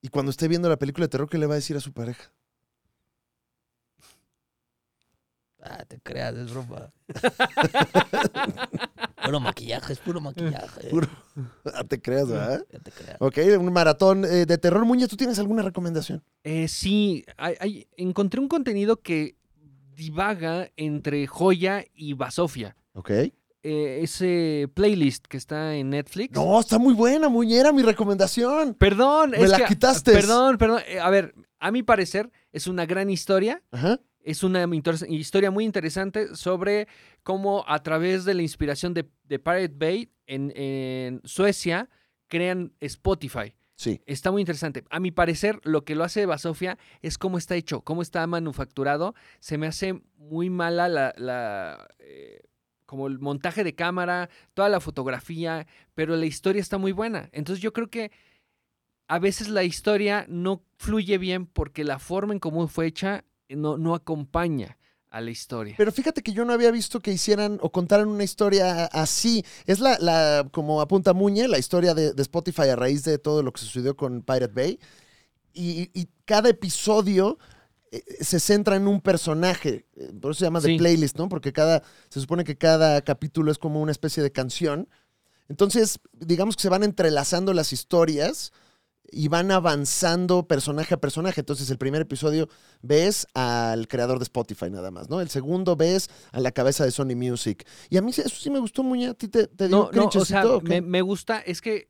[SPEAKER 3] Y cuando esté viendo la película de terror, ¿qué le va a decir a su pareja?
[SPEAKER 5] Ah, te creas, es broma. puro maquillaje, es puro maquillaje.
[SPEAKER 3] Puro- Ah, te creas,
[SPEAKER 5] Mm.
[SPEAKER 3] ¿verdad?
[SPEAKER 5] Ya te creas.
[SPEAKER 3] Ok, un maratón eh, de terror. Muñez, ¿tú tienes alguna recomendación?
[SPEAKER 4] Eh, sí, hay- hay- encontré un contenido que divaga entre Joya y Basofia.
[SPEAKER 3] Ok.
[SPEAKER 4] Eh, ese playlist que está en Netflix.
[SPEAKER 3] No, está muy buena, Muñera, mi recomendación.
[SPEAKER 4] Perdón,
[SPEAKER 3] Me
[SPEAKER 4] es
[SPEAKER 3] la
[SPEAKER 4] que-
[SPEAKER 3] quitaste.
[SPEAKER 4] Perdón, perdón. Eh, a ver, a mi parecer es una gran historia.
[SPEAKER 3] Ajá.
[SPEAKER 4] Es una inter- historia muy interesante sobre cómo a través de la inspiración de, de Pirate Bay en, en Suecia crean Spotify.
[SPEAKER 3] Sí.
[SPEAKER 4] Está muy interesante. A mi parecer, lo que lo hace Basofia es cómo está hecho, cómo está manufacturado. Se me hace muy mala la, la, eh, como el montaje de cámara, toda la fotografía, pero la historia está muy buena. Entonces yo creo que a veces la historia no fluye bien porque la forma en cómo fue hecha no, no acompaña a la historia.
[SPEAKER 3] Pero fíjate que yo no había visto que hicieran o contaran una historia así. Es la, la como apunta Muñe, la historia de, de Spotify a raíz de todo lo que sucedió con Pirate Bay. Y, y cada episodio eh, se centra en un personaje. Eh, Por eso se llama de
[SPEAKER 4] Sí.
[SPEAKER 3] playlist, ¿no? Porque cada, se supone que cada capítulo es como una especie de canción. Entonces, digamos que se van entrelazando las historias y van avanzando personaje a personaje. Entonces, el primer episodio ves al creador de Spotify nada más, ¿no? El segundo ves a la cabeza de Sony Music. Y a mí sí- eso sí me gustó, Muña. ¿A ti te, te dio
[SPEAKER 4] No,
[SPEAKER 3] un
[SPEAKER 4] no, o sea,
[SPEAKER 3] crinchecito o qué?
[SPEAKER 4] me, me gusta, es que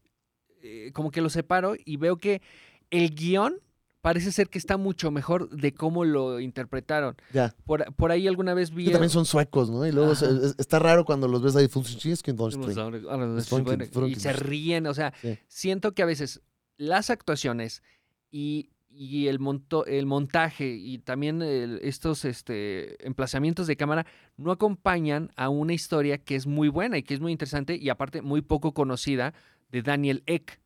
[SPEAKER 4] eh, como que lo separo y veo que el guión parece ser que está mucho mejor de cómo lo interpretaron.
[SPEAKER 3] Ya.
[SPEAKER 4] Por, por ahí alguna vez vi...
[SPEAKER 3] Que también son suecos, ¿no? Y luego se- es- está raro cuando los ves ahí. fun- sí, es que no
[SPEAKER 4] pues,
[SPEAKER 3] estoy.
[SPEAKER 4] ah,
[SPEAKER 3] Es funky, funky.
[SPEAKER 4] Y se ríen, o sea,
[SPEAKER 3] Sí.
[SPEAKER 4] siento que a veces las actuaciones y, y el, monto, el montaje y también el- estos este, emplazamientos de cámara no acompañan a una historia que es muy buena y que es muy interesante y aparte muy poco conocida de Daniel Eck.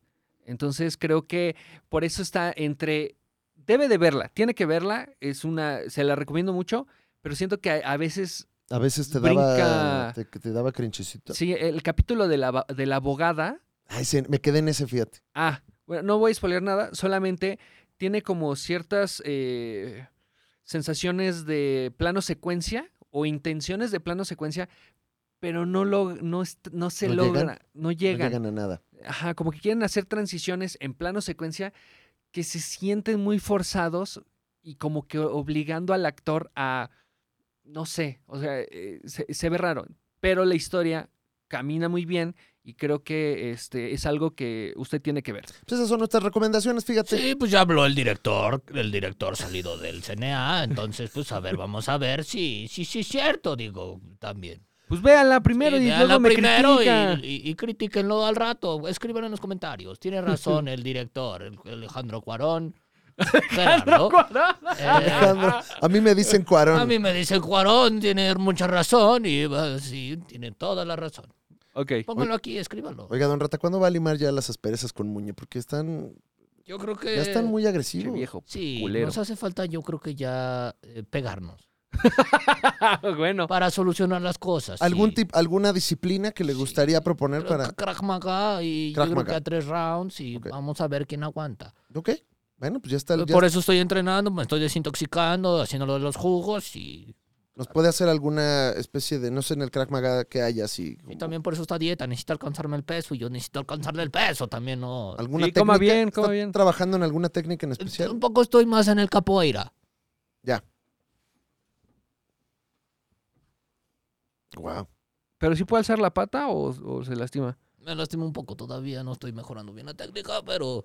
[SPEAKER 4] Entonces creo que por eso está entre... Debe de verla, tiene que verla, es una, se la recomiendo mucho, pero siento que a- a veces
[SPEAKER 3] A veces te daba,
[SPEAKER 4] ah, Brinca.
[SPEAKER 3] te, te daba crinchecito.
[SPEAKER 4] Sí, el capítulo de la, ba- de la abogada.
[SPEAKER 3] Ay, se- me quedé en ese, fíjate.
[SPEAKER 4] Ah, bueno, no voy a spoiler nada, solamente tiene como ciertas eh, sensaciones de plano secuencia o intenciones de plano secuencia, pero no, lo, no, est- no se
[SPEAKER 3] ¿No llegan?
[SPEAKER 4] logra, no
[SPEAKER 3] No
[SPEAKER 4] llegan.
[SPEAKER 3] llegan a nada.
[SPEAKER 4] Ajá, como que quieren hacer transiciones en plano secuencia que se sienten muy forzados y como que obligando al actor a, no sé, o sea, eh, se, se ve raro, pero la historia camina muy bien y creo que este es algo que usted tiene que ver.
[SPEAKER 3] Pues esas son nuestras recomendaciones, fíjate.
[SPEAKER 5] Sí, pues ya habló el director, el director salido del CNA, entonces pues a ver, vamos a ver si sí, sí es cierto, digo, también.
[SPEAKER 4] Pues véanla primero
[SPEAKER 5] Sí,
[SPEAKER 4] y
[SPEAKER 5] véanla
[SPEAKER 4] luego me
[SPEAKER 5] primero y,
[SPEAKER 4] critican.
[SPEAKER 5] y- y critíquenlo al rato, escriban en los comentarios, tiene razón el director, el- Alejandro Cuarón. Gerardo. Eh,
[SPEAKER 3] Alejandro, a mí me dicen
[SPEAKER 5] a
[SPEAKER 3] Cuarón.
[SPEAKER 5] mí me dice Cuarón, tiene mucha razón y va, sí, tiene toda la razón.
[SPEAKER 4] Ok.
[SPEAKER 5] Pónganlo aquí, escríbanlo.
[SPEAKER 3] Oiga, don Rata, ¿cuándo va a limar ya las asperezas con Muñe? Porque están,
[SPEAKER 5] Yo creo que...
[SPEAKER 3] ya están muy
[SPEAKER 4] Che,
[SPEAKER 3] agresivos.
[SPEAKER 4] Este, viejo.
[SPEAKER 5] Sí,
[SPEAKER 4] culero.
[SPEAKER 5] nos hace falta yo creo que ya eh, pegarnos
[SPEAKER 4] bueno.
[SPEAKER 5] para solucionar las cosas.
[SPEAKER 3] ¿Algún
[SPEAKER 5] sí.
[SPEAKER 3] tip, ¿Alguna disciplina que le gustaría proponer
[SPEAKER 5] Creo
[SPEAKER 3] para...?
[SPEAKER 5] que Krav Maga y
[SPEAKER 3] Krav
[SPEAKER 5] yo creo
[SPEAKER 3] Maga.
[SPEAKER 5] que a tres rounds y
[SPEAKER 3] Ok.
[SPEAKER 5] vamos a ver quién aguanta.
[SPEAKER 3] Ok, bueno, pues ya está. ya
[SPEAKER 5] Por eso estoy entrenando, me estoy desintoxicando, haciendo lo de los jugos
[SPEAKER 4] e-
[SPEAKER 5] y,
[SPEAKER 3] ¿Nos puede hacer alguna especie de, no sé, en el crack maga que haya así?
[SPEAKER 5] y
[SPEAKER 3] como
[SPEAKER 5] también por eso está dieta, necesito alcanzarme el peso y yo necesito alcanzarle el peso también, ¿no?
[SPEAKER 3] ¿Alguna
[SPEAKER 4] Sí, coma
[SPEAKER 3] técnica?
[SPEAKER 4] bien, coma
[SPEAKER 3] ¿Está
[SPEAKER 4] bien.
[SPEAKER 3] trabajando en alguna técnica en
[SPEAKER 5] Un
[SPEAKER 3] especial?
[SPEAKER 5] poco estoy más en el capoeira.
[SPEAKER 3] Ya. Wow.
[SPEAKER 4] eh, ¿Pero sí puede alzar la pata o, o se lastima?
[SPEAKER 5] Me lastimo un poco todavía, no estoy mejorando bien la técnica, pero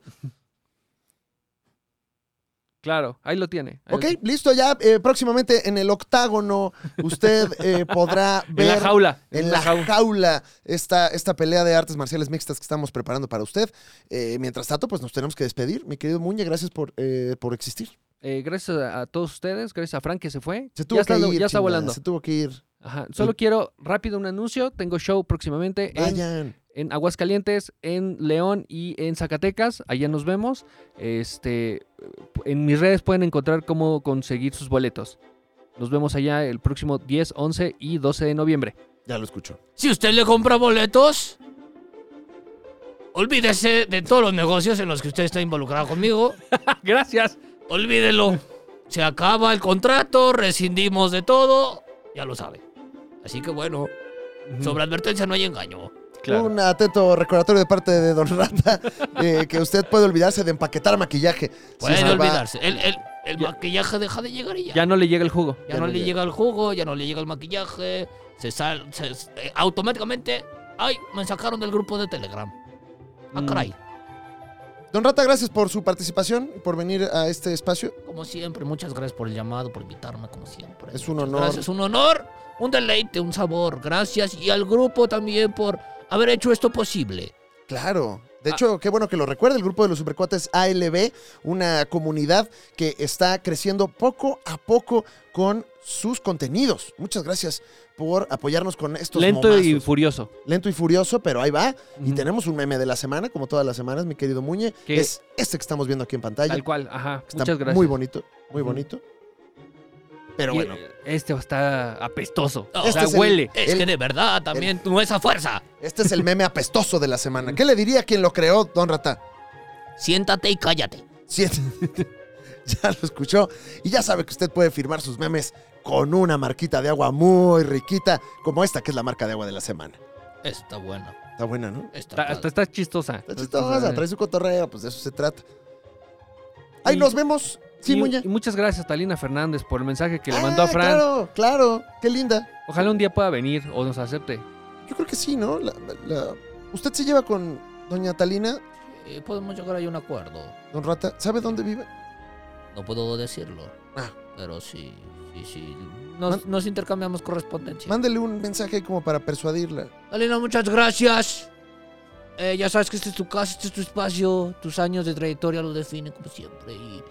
[SPEAKER 4] Claro, ahí lo tiene. ahí lo
[SPEAKER 3] Ok,
[SPEAKER 4] tiene.
[SPEAKER 3] listo ya. eh, próximamente en el octágono usted eh, podrá
[SPEAKER 4] En
[SPEAKER 3] ver...
[SPEAKER 4] la jaula.
[SPEAKER 3] en la
[SPEAKER 4] jaula.
[SPEAKER 3] jaula esta, esta pelea de artes marciales mixtas que estamos preparando para usted. Eh, mientras tanto, pues nos tenemos que despedir. Mi querido Muñe, gracias por, eh, por existir.
[SPEAKER 4] Eh, gracias a, a todos ustedes, gracias a Frank que se fue.
[SPEAKER 3] Se tuvo
[SPEAKER 4] ya
[SPEAKER 3] que
[SPEAKER 4] está,
[SPEAKER 3] ir.
[SPEAKER 4] ya está
[SPEAKER 3] chingada,
[SPEAKER 4] volando.
[SPEAKER 3] Se tuvo que ir.
[SPEAKER 4] Ajá. Solo
[SPEAKER 3] Sí.
[SPEAKER 4] quiero rápido un anuncio. Tengo show próximamente en
[SPEAKER 3] Vayan.
[SPEAKER 4] en Aguascalientes, en León y en Zacatecas. Allá nos vemos. Este, en mis redes pueden encontrar cómo conseguir sus boletos. Nos vemos allá el próximo 10, 11 y 12 de noviembre.
[SPEAKER 3] Ya lo escucho.
[SPEAKER 5] Si usted le compra boletos, olvídese de todos los negocios en los que usted está involucrado conmigo.
[SPEAKER 4] ¡Ah, Gracias.
[SPEAKER 5] Olvídelo. Se acaba el contrato, rescindimos de todo, ya lo sabe. Así que bueno, sobre advertencia no hay engaño.
[SPEAKER 4] Claro.
[SPEAKER 3] Un atento recordatorio de parte de Don Rata eh, que usted puede olvidarse de empaquetar maquillaje. Si
[SPEAKER 5] Puede
[SPEAKER 3] se va-
[SPEAKER 5] olvidarse. El, el- el
[SPEAKER 4] Ya.
[SPEAKER 5] maquillaje deja de llegar y ya.
[SPEAKER 4] Ya no le llega el jugo.
[SPEAKER 5] Ya no le llega. el jugo, ya no le llega el maquillaje. Se sal, se- eh, automáticamente, ay, me sacaron del grupo de Telegram. Ah,
[SPEAKER 4] Mm.
[SPEAKER 5] caray.
[SPEAKER 3] Don Rata, gracias por su participación y por venir a este espacio.
[SPEAKER 5] Como siempre, muchas gracias por el llamado, por invitarme, como siempre.
[SPEAKER 3] Es un
[SPEAKER 5] Muchas
[SPEAKER 3] honor.
[SPEAKER 5] Gracias, un honor, un deleite, un sabor. Gracias. Y al grupo también por haber hecho esto posible.
[SPEAKER 3] Claro. De
[SPEAKER 4] Ah.
[SPEAKER 3] hecho, qué bueno que lo recuerde. El grupo de los supercuates ALB, una comunidad que está creciendo poco a poco con sus contenidos. Muchas gracias por apoyarnos con estos
[SPEAKER 4] Lento y
[SPEAKER 3] momazos.
[SPEAKER 4] furioso.
[SPEAKER 3] Lento y furioso, pero ahí va. Y
[SPEAKER 4] Ujú.
[SPEAKER 3] tenemos un meme de la semana, como todas las semanas, mi querido Muñe.
[SPEAKER 4] Que-
[SPEAKER 3] Es este que estamos viendo aquí en pantalla.
[SPEAKER 4] Tal cual. Ajá.
[SPEAKER 3] Está
[SPEAKER 4] Muchas gracias.
[SPEAKER 3] Muy bonito, muy
[SPEAKER 4] Ujú.
[SPEAKER 3] bonito. Pero
[SPEAKER 4] Y,
[SPEAKER 3] bueno.
[SPEAKER 4] eh, Este está apestoso.
[SPEAKER 5] No,
[SPEAKER 4] o
[SPEAKER 3] Este
[SPEAKER 4] sea,
[SPEAKER 3] es el-
[SPEAKER 4] huele.
[SPEAKER 5] Es
[SPEAKER 3] El-
[SPEAKER 5] que de verdad también no esa fuerza.
[SPEAKER 3] Este es el meme apestoso de la semana. ¿Qué le diría a quien lo creó, Don Rata?
[SPEAKER 5] Siéntate y cállate.
[SPEAKER 3] Siete. ya lo escuchó. Y ya sabe que usted puede firmar sus memes con una marquita de agua muy riquita, como esta que es la marca de agua de la semana.
[SPEAKER 5] Está buena.
[SPEAKER 3] Está buena, ¿no?
[SPEAKER 5] Está
[SPEAKER 4] Está,
[SPEAKER 5] padre.
[SPEAKER 4] hasta está chistosa.
[SPEAKER 3] Está chistosa, trae su cotorreo, pues de eso se trata. Ahí
[SPEAKER 4] eh. Y-
[SPEAKER 3] nos vemos. Sí,
[SPEAKER 4] y,
[SPEAKER 3] Muñe.
[SPEAKER 4] y muchas gracias, Talina Fernández, por el mensaje que le mandó a
[SPEAKER 3] Ah,
[SPEAKER 4] Fran.
[SPEAKER 3] Claro, claro. Qué linda.
[SPEAKER 4] Ojalá un día pueda venir o nos acepte.
[SPEAKER 3] Yo creo que sí, ¿no? La- la- Usted se lleva con Doña Talina,
[SPEAKER 5] Eh, podemos llegar ahí a un acuerdo.
[SPEAKER 3] Don Rata. ¿Sabe dónde vive?
[SPEAKER 5] No puedo decirlo.
[SPEAKER 3] Ah.
[SPEAKER 5] Pero sí, sí, sí. Nos, nos intercambiamos correspondencia.
[SPEAKER 3] Mándele un mensaje ahí como para persuadirla.
[SPEAKER 5] Alina, muchas gracias. Eh, ya sabes que este es tu casa, este es tu espacio. Tus años de trayectoria lo definen como siempre. Y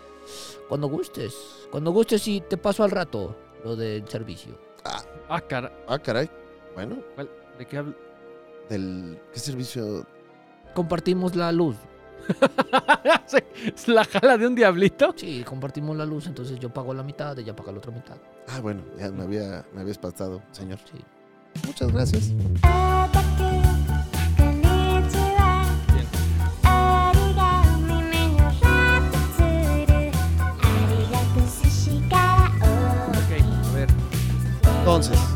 [SPEAKER 5] cuando gustes, cuando gustes y te paso al rato lo del servicio.
[SPEAKER 4] Ah, cara.
[SPEAKER 3] Ah, caray. Bueno,
[SPEAKER 4] ¿cuál? ¿De qué hablo?
[SPEAKER 3] del qué servicio.
[SPEAKER 5] Compartimos la luz.
[SPEAKER 4] ¿Es la jala de un diablito?
[SPEAKER 5] Sí, compartimos la luz, entonces yo pago la mitad, ella paga la otra mitad.
[SPEAKER 3] Ah, bueno, ya me había, me había espantado, señor.
[SPEAKER 5] Sí.
[SPEAKER 3] Muchas gracias.
[SPEAKER 7] Bien.
[SPEAKER 4] Ok, a ver.
[SPEAKER 3] Entonces.